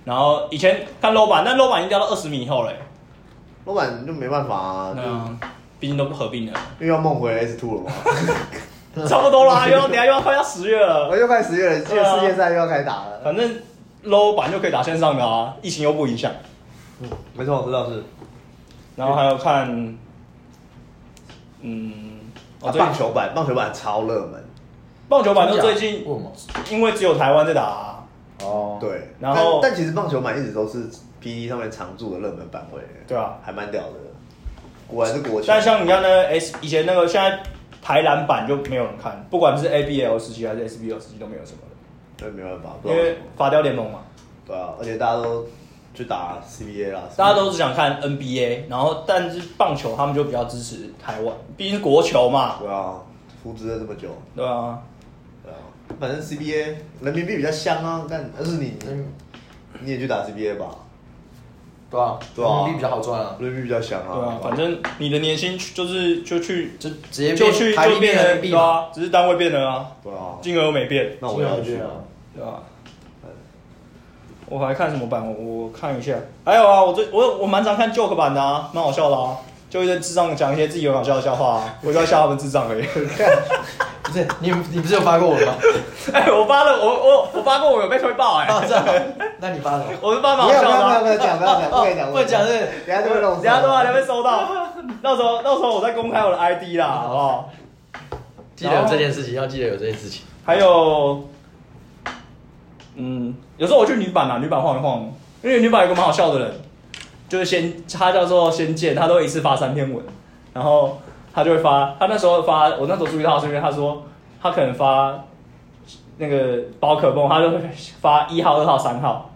Speaker 1: 然后以前看 low 版，但 low 版已经掉到二十米以后嘞、
Speaker 2: 老板就没办法啊，就
Speaker 1: 那毕竟都合并了，
Speaker 2: 又要梦回 S two 了嘛，
Speaker 1: 差不多啦，又要等一下又要快要十月了
Speaker 2: 我，哦又快十月了，这
Speaker 1: 对啊
Speaker 2: 个世界赛又要开打了。
Speaker 1: 反正 low 版就可以打线上的啊，疫情又不影响。
Speaker 2: 没错，我知道是
Speaker 1: 然后还有看，嗯，
Speaker 2: 啊，
Speaker 1: 哦最近
Speaker 2: 棒球版，棒球版超热门，
Speaker 1: 棒球版就啊最近
Speaker 3: 为什么？
Speaker 1: 因为只有台湾在打、啊，
Speaker 3: 哦，，
Speaker 2: 对。
Speaker 1: 然后
Speaker 2: 但但其实棒球版一直都是 P D 上面常驻的热门版位，
Speaker 1: 对啊，
Speaker 2: 还蛮屌的。果然是国球，
Speaker 1: 但像你看呢，S 以前那个现在台篮版就没有人看，不管是 ABL 时期还是 SBL 时期都没有什么的，
Speaker 2: 对啊没办法，不
Speaker 1: 因
Speaker 2: 知道
Speaker 1: 为法雕联盟嘛，
Speaker 2: 对啊，而且大家都去打 C B A 啦，
Speaker 1: 大家都只想看 NBA，然后但是棒球他们就比较支持台湾，毕竟是国球嘛，
Speaker 2: 对啊，复制了这么久，
Speaker 1: 对啊，
Speaker 2: 对啊，反正 C B A 人民币比较香啊，但但是你
Speaker 3: 嗯，
Speaker 2: 你也去打 C B A 吧，
Speaker 3: 对啊，
Speaker 2: 对啊
Speaker 3: 人民币比较好赚啊，
Speaker 2: 人民币比较强啊。
Speaker 1: 对啊，反正你的年薪就是就去
Speaker 3: 就直接
Speaker 1: 就
Speaker 3: 变
Speaker 1: 去
Speaker 3: 台
Speaker 1: 就
Speaker 3: 币变
Speaker 1: 变
Speaker 3: 人
Speaker 1: 了，
Speaker 3: 民币
Speaker 1: 对
Speaker 3: 嘛，
Speaker 1: 啊，只是单位变了啊，
Speaker 2: 对啊，
Speaker 1: 金额没变，
Speaker 2: 那我要去
Speaker 3: 金额
Speaker 2: 啊
Speaker 1: 对
Speaker 3: 对啊。
Speaker 1: 吧、呃我还看什么版？我我看一下。还有啊，我最我我蛮常看 joke 版的啊，蛮好笑的啊，就一些智障讲一些自己很好笑的笑话、啊，我就要笑他们智障而已。
Speaker 3: 不是你你不是有发过我吗？
Speaker 1: 哎、我发了，我我我发过，我有被推爆哎、
Speaker 3: 啊，这样啊，那你发什么？
Speaker 1: 我是发蛮好
Speaker 2: 不要
Speaker 1: 笑
Speaker 2: 不
Speaker 1: 的、
Speaker 2: 要不要
Speaker 1: 啊
Speaker 2: 不。要讲不要讲，不可 以讲，
Speaker 3: 不能讲是
Speaker 2: 等下就会弄死。
Speaker 1: 等下对吧？你会收到，到时候到时候我再公开我的 ID 啦，好不好？
Speaker 3: 记得有这件事情，要记得有这件事情。
Speaker 1: 还有，嗯，有时候我去女版啊，女版晃一晃，因为女版有个蛮好笑的人，就是仙，他叫做仙剑，他都会一次发三篇文，然后他就会发，他那时候发，我那时候注意到是因为他说他可能发那个宝可梦，他就会发一号、二号、三号，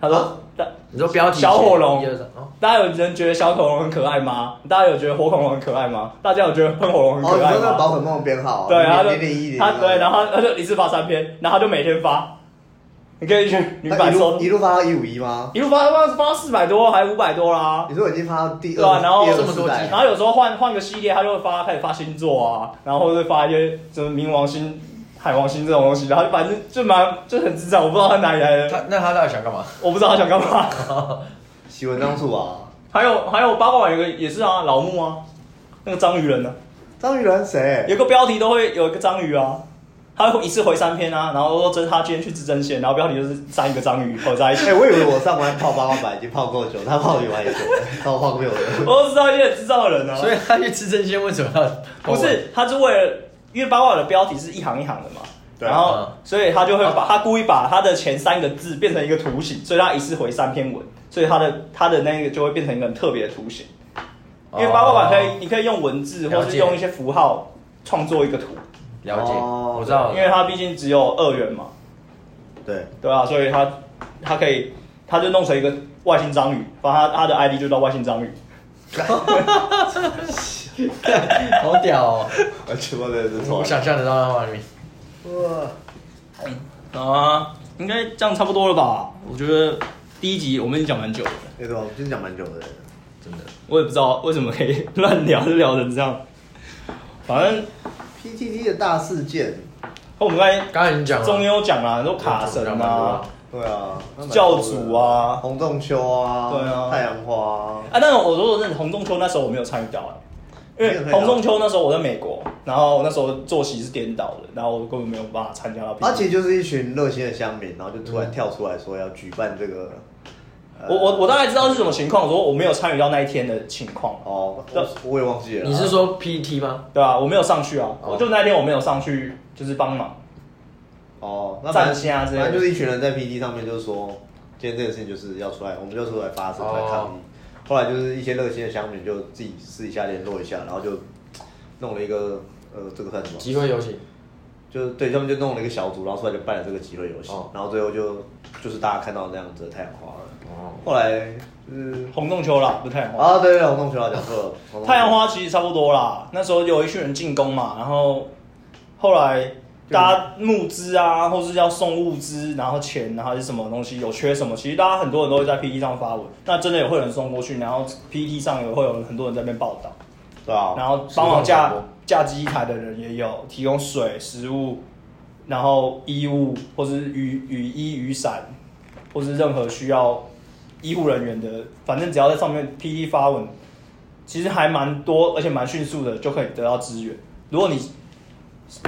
Speaker 1: 他说。
Speaker 3: 啊
Speaker 1: 但
Speaker 3: 你说标题
Speaker 1: 小火龙
Speaker 3: 一二三哦
Speaker 1: 大家有人觉得小恐龙很可爱吗？大家有觉得火恐龙很可爱吗？大家有觉得喷火龙很
Speaker 2: 哦，
Speaker 1: 可
Speaker 2: 你
Speaker 1: 爱
Speaker 2: 说那
Speaker 1: 吗？
Speaker 2: 个宝可梦编号啊，
Speaker 1: 对，他就
Speaker 2: 零零一零一，
Speaker 1: 他对，然后他就一次发三篇，然后他就每天发，你可以去女
Speaker 2: 那
Speaker 1: 版
Speaker 2: 一
Speaker 1: 搜
Speaker 2: 路，一路发到一五一吗？
Speaker 1: 一路发发发四百多，还五百多啦。
Speaker 2: 你说我已经发到第
Speaker 1: 对啊
Speaker 2: 二，
Speaker 1: 然后
Speaker 2: 第二
Speaker 1: 这
Speaker 3: 么多
Speaker 2: 代
Speaker 3: 集
Speaker 1: 然后有时候换换个系列，他就会发开始发星座啊，然后会发一些什么冥王星、海王星这种东西，然后反正就蛮就很智障，我不知道他哪里来的，
Speaker 3: 他那他到底想干嘛？
Speaker 1: 我不知道他想干嘛。
Speaker 2: 喜文章树啊，
Speaker 1: 还有还有八卦版有个也是啊，老木啊，那个章鱼人呢、啊。
Speaker 2: 张宇然谁？
Speaker 1: 有个标题都会有一个章鱼啊，他会一次回三篇啊，然后说这是他今天去织针线，然后标题就是三个章鱼合在一起
Speaker 2: 哎，。我以为我上完泡八卦版已经泡够久，他泡一万也久，他泡没有了。
Speaker 1: 我都哦知道一些很智障的人啊，
Speaker 3: 所以哦他去吃真鲜为什么要？
Speaker 1: 不是他是为了，因为八卦的标题是一行一行的嘛，
Speaker 2: 对
Speaker 1: 然后
Speaker 3: 嗯
Speaker 1: 所以他就会把他故意把他的前三个字变成一个图形，所以他一次回三篇文，所以他的他的那个就会变成一个很特别的图形，因为八卦版可以你可以用文字或
Speaker 3: 哦了
Speaker 1: 是
Speaker 3: 解
Speaker 1: 用一些符号创作一个图，
Speaker 3: 了解，
Speaker 2: 哦
Speaker 3: 我知道了，
Speaker 1: 因为它毕竟只有二元嘛。
Speaker 2: 对，
Speaker 1: 对啊，所以他他可以，他就弄成一个外星章鱼，把他他的 ID 就叫外星章鱼。
Speaker 3: 好屌哦，
Speaker 2: 我全部都是
Speaker 3: 我
Speaker 2: 错的。
Speaker 3: 想象得到那画面。
Speaker 2: 哇
Speaker 1: 啊，应该这样差不多了吧？我觉得第一集我们已经讲蛮久了，
Speaker 2: 那个我们今天讲蛮久的，
Speaker 3: 真的，
Speaker 1: 我也不知道为什么可以乱聊就聊成这样。反正
Speaker 2: PTT 的大事件，
Speaker 1: 我们刚才
Speaker 3: 刚才已经讲了，
Speaker 1: 中优讲啊啦，都卡神
Speaker 3: 讲蛮多
Speaker 1: 啊
Speaker 3: 了，
Speaker 2: 对啊，
Speaker 1: 教主啊
Speaker 2: 洪仲秋啊，
Speaker 1: 对啊
Speaker 2: 太阳花啊，
Speaker 1: 啊，但是我说真的，洪仲秋那时候我没有参与到、欸。因
Speaker 2: 没有
Speaker 1: 为
Speaker 2: 参与到
Speaker 1: 洪仲秋那时候我在美国，然后我那时候作息是颠倒的，然后我根本没有办法参加到。
Speaker 2: 而且就是一群热心的乡民，然后就突然跳出来说要举办这个，呃
Speaker 1: 嗯我我我大概知道是什么情况，我说我没有参与到那一天的情况，
Speaker 2: 哦，我我也忘记了啊，
Speaker 3: 你是说 PT 吗？
Speaker 1: 对吧、啊？我没有上去啊，
Speaker 3: 哦
Speaker 1: 我就那天我没有上去，就是帮忙。
Speaker 2: 哦，那反正
Speaker 1: 站线啊之类的
Speaker 2: 反正就是一群人在 PT 上面就是说，今天这个事情就是要出来，我们就出来发声，
Speaker 3: 哦
Speaker 2: 出来抗议。后来就是一些热心的乡民就自己私底下联络一下，然后就弄了一个呃，这个算什么？
Speaker 3: 集会游行，
Speaker 2: 就是对他们就弄了一个小组，然后出来就办了这个集会游戏，
Speaker 3: 哦
Speaker 2: 然后最后就就是大家看到那样子的太阳花了。
Speaker 3: 哦，
Speaker 2: 后来就是
Speaker 1: 红洞秋啦，不是太阳花。
Speaker 2: 啊，对对，对红洞球啊，讲错了，红洞球
Speaker 1: 太阳花其实差不多啦，那时候有一群人进攻嘛，然后后来大家募资啊，或是要送物资，然后钱，然后还是什么东西有缺什么，其实大家很多人都会在 PPT 上发文，那真的也会有人送过去，然后 PPT 上也会有很多人在那边报道。
Speaker 2: 对啊，
Speaker 1: 然后帮忙
Speaker 3: 实况转
Speaker 1: 架
Speaker 3: 播
Speaker 1: 架机台的人也有提供水、食物，然后衣物或是雨雨衣、雨伞，或是任何需要医护人员的，反正只要在上面 P E 发文，其实还蛮多，而且蛮迅速的就可以得到资源。如果你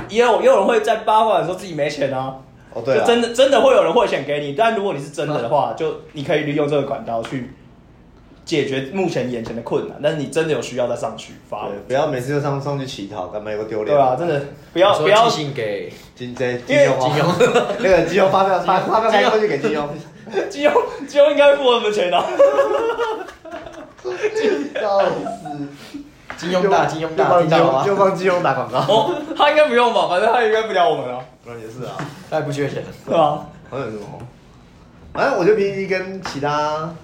Speaker 1: 也有也有人会在八卦的时候自己没钱啊，
Speaker 2: 哦对
Speaker 1: 就
Speaker 2: 啊，
Speaker 1: 真的真的会有人汇钱给你，但如果你是真的的话，就你可以利用这个管道去解决目前眼前的困难，但是你真的有需要再上去发文
Speaker 2: 对，。不要每次就上上去乞讨，干嘛有个丢脸？
Speaker 1: 对啊，真的不要
Speaker 3: 你说
Speaker 1: 不要
Speaker 3: 寄， 信给
Speaker 2: 金这
Speaker 1: 因
Speaker 2: 金
Speaker 1: 为
Speaker 2: 庸啊， 那个金庸发票发发票开过去给金庸，
Speaker 1: 金庸金庸应该付我们钱的、啊，
Speaker 2: 笑死！
Speaker 3: 金庸大，金啊庸
Speaker 2: 就
Speaker 3: 大，
Speaker 2: 帮
Speaker 3: 听到了
Speaker 2: 就
Speaker 3: 吗？
Speaker 2: 帮金庸打广告，
Speaker 1: 哦，他应该不用吧，反正他应该不聊我们啊，
Speaker 2: 那也是啊，
Speaker 3: 他也不缺钱，
Speaker 1: 对啊吧？
Speaker 2: 好像有什么，反正我觉得 PPT 跟其他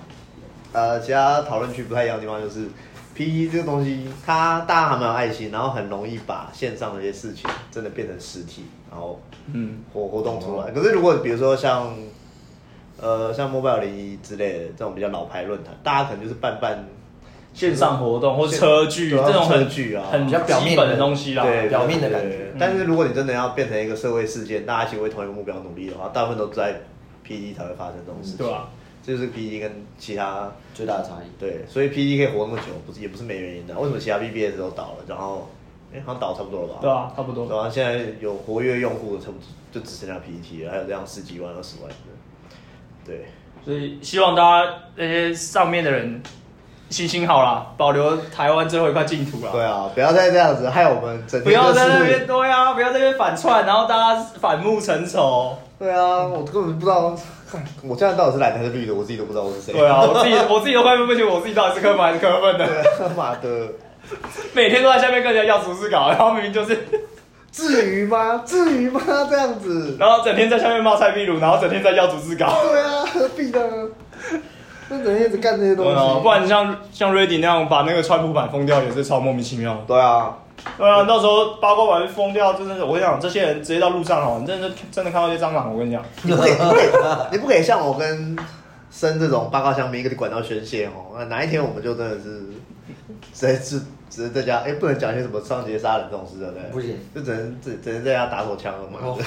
Speaker 2: 呃其他讨论区不太一样的地方就是，PPT 这个东西它大家还蛮有爱心，然后很容易把线上的一些事情真的变成实体，然后
Speaker 1: 嗯，
Speaker 3: 哦
Speaker 2: 活活动出来。可是如果比如说像呃，像 Mobile 零一之类的这种比较老牌论坛，大家可能就是办办
Speaker 1: 线上活动或者车距
Speaker 2: 对啊
Speaker 1: 这种
Speaker 2: 车
Speaker 1: 很
Speaker 2: 距啊
Speaker 1: 很
Speaker 3: 比较表
Speaker 1: 基
Speaker 3: 面
Speaker 1: 本的
Speaker 3: 的
Speaker 1: 东西啦。
Speaker 2: 对
Speaker 3: 表面的感觉
Speaker 2: 对但是如果你真的要变成一个社会事件，大家一起为同一个目标努力的话，大部分都在 PD 才会发生这种事情。
Speaker 1: 对啊吧？
Speaker 2: 这就是 PD 跟其他
Speaker 3: 最大的差异。
Speaker 2: 对，所以 PD 可以活那么久，不是也不是没原因的。为什么其他 BBS 都倒了，然后哎好像倒差不多了吧？
Speaker 1: 对啊，差不多。
Speaker 2: 然后现在有活跃用户的，差不多就只剩下 PPT 了，还有这样十几万、二十万的。对，
Speaker 1: 所以希望大家那些上面的人，行行好啦，保留台湾最后一块净土啦。
Speaker 2: 对啊，不要再这样子，害我们整
Speaker 1: 不
Speaker 2: 天
Speaker 1: 要
Speaker 2: 就
Speaker 1: 在那边
Speaker 2: 是。
Speaker 1: 对啊，不要在那边反串，然后大家反目成仇。
Speaker 2: 对啊，我根本不知道， 我现在到底是蓝的还是绿的，我自己都不知道我是谁。
Speaker 1: 对啊，我自己我自己都快分不清我自己到底是科粉还是科粉的，
Speaker 2: 对啊， 妈的，
Speaker 1: 每天都在下面跟人家要逐字稿，然后明明就是，
Speaker 2: 至于吗？至于吗？这样子？
Speaker 1: 然后整天在下面骂蔡壁如，然后整天在要逐字稿。
Speaker 2: 对啊，何必呢？那整天一直干这些东
Speaker 1: 对啊，
Speaker 2: 西，
Speaker 1: 不然像像 Ready 那样把那个川普版封掉也是超莫名其妙的。
Speaker 2: 对啊，
Speaker 1: 对啊，到时候八卦版封掉，真的是我跟你讲，这些人直接到路上哦，你真的真的看到一些蟑螂，我跟你讲。
Speaker 2: 你不可以，你不可以，你不可以像我跟生这种八卦香槟一个管道宣泄哦。那哪一天我们就真的是，只能是只能在家，哎、不能讲一些什么上街杀人这种事，对不对？
Speaker 3: 不行，
Speaker 2: 就只能只只能在家打手枪了嘛。
Speaker 3: 哦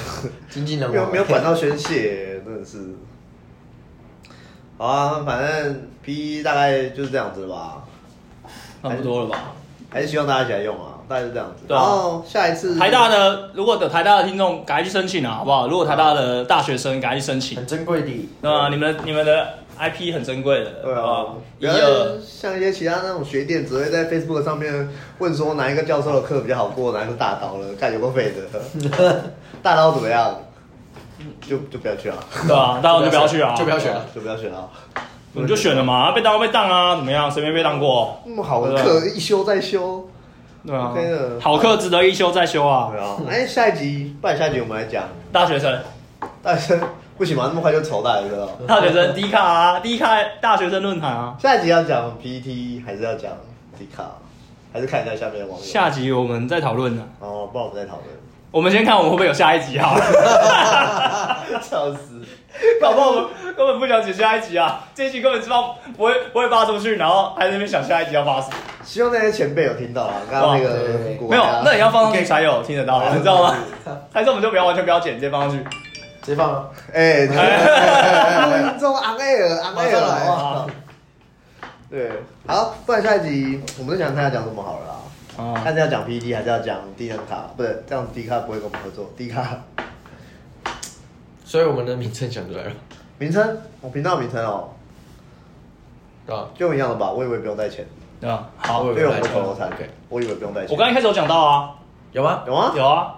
Speaker 3: 经济能
Speaker 2: 没有没有管道宣泄，真的是。好啊，反正 P 大概就是这样子吧，
Speaker 1: 差不多了吧？
Speaker 2: 还是希望大家一起来用啊，大概是这样子。
Speaker 1: 对啊
Speaker 2: 然后下一次
Speaker 1: 台大的，如果有台大的听众，赶快去申请啊，好不好？如果台大的大学生，赶快去申请
Speaker 3: 很。珍贵的，
Speaker 1: 那你们的你们的 IP 很珍贵的，
Speaker 2: 对
Speaker 1: 好
Speaker 2: 啊
Speaker 1: 不好，呃一
Speaker 2: 不要
Speaker 1: 二
Speaker 2: 像一些其他那种学店，只会在 Facebook 上面问说哪一个教授的课比较好过，哪一个大刀了，干有个废的，大刀怎么样？就就不要去了，
Speaker 1: 对啊，大家就不要去啊，
Speaker 3: 就不要选了。
Speaker 2: 就不要选了。
Speaker 1: 你就选了嘛，被当被当啊，怎么样？谁没被当过？
Speaker 2: 那么好的课一修再修，
Speaker 1: 对啊
Speaker 2: OK 的，
Speaker 1: 好课值得一修再修啊
Speaker 2: 对。啊。哎，下一集，不然下一集我们来讲
Speaker 1: 大学生，
Speaker 2: 大学生不行吗？那么快就筹大学生了。
Speaker 1: 大学生，迪卡啊，迪卡大学生论坛啊。
Speaker 2: 下一集要讲 PPT E，还是要讲迪卡，还是看一下下面的网友？
Speaker 1: 下集我们再讨论呢。
Speaker 2: 哦，不然我们再讨论。
Speaker 1: 我们先看我们会不会有下一集啊好了，
Speaker 2: 笑死。
Speaker 1: 搞不好我们根本不想写下一集啊，这一集根本知道不会不会发出去，然后还在那边想下一集要发什么。
Speaker 2: 希望那些前辈有听到啊，刚刚那
Speaker 3: 哇对
Speaker 2: 个
Speaker 3: 对对
Speaker 2: 国
Speaker 1: 没有
Speaker 2: 家，
Speaker 1: 那也要放上去才有听得到，你知道吗？还是我们就不要完全不要剪，直接放上去。
Speaker 3: 直接放了。
Speaker 2: 哎，录音中昂 a 尔昂 a 尔
Speaker 3: 马上来
Speaker 2: 哇对，好，不然下一集我们就想看他讲什么好了啦。
Speaker 1: 啊，
Speaker 2: 看是要讲 PD 还是要讲低能卡？不是，这样低卡不会跟我们合作。低卡
Speaker 3: 所以我们的名称想出来了，
Speaker 2: 名称，我频道名称哦，
Speaker 3: 对吧？
Speaker 2: 就一样的吧。我以为不用带钱，
Speaker 1: 对啊，好，
Speaker 3: 我以
Speaker 2: 因
Speaker 3: 为不用带
Speaker 2: 为我们
Speaker 3: 钱
Speaker 2: 口头禅
Speaker 3: OK，
Speaker 2: 我以为不用带钱。
Speaker 1: 我刚一开始有讲到啊，
Speaker 3: 有吗？
Speaker 2: 有吗？
Speaker 1: 有啊，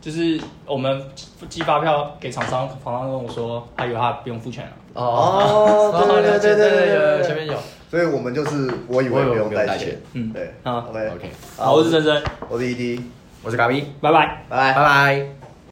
Speaker 1: 就是我们寄发票给厂商，厂商跟我说，他以为他不用付钱了。
Speaker 2: 哦对对对对对对对
Speaker 3: 有前面有。
Speaker 2: 所以我们就是我以为不
Speaker 3: 我
Speaker 2: 用带
Speaker 3: 以为不用带
Speaker 2: 钱
Speaker 3: 钱。
Speaker 1: 嗯
Speaker 2: 对
Speaker 1: 好
Speaker 2: ，OK
Speaker 3: OK，
Speaker 1: 啊好，我是真真，
Speaker 2: 我是 ED，
Speaker 3: 我是嘎比，
Speaker 1: 拜拜。
Speaker 2: 拜拜
Speaker 3: 拜。拜。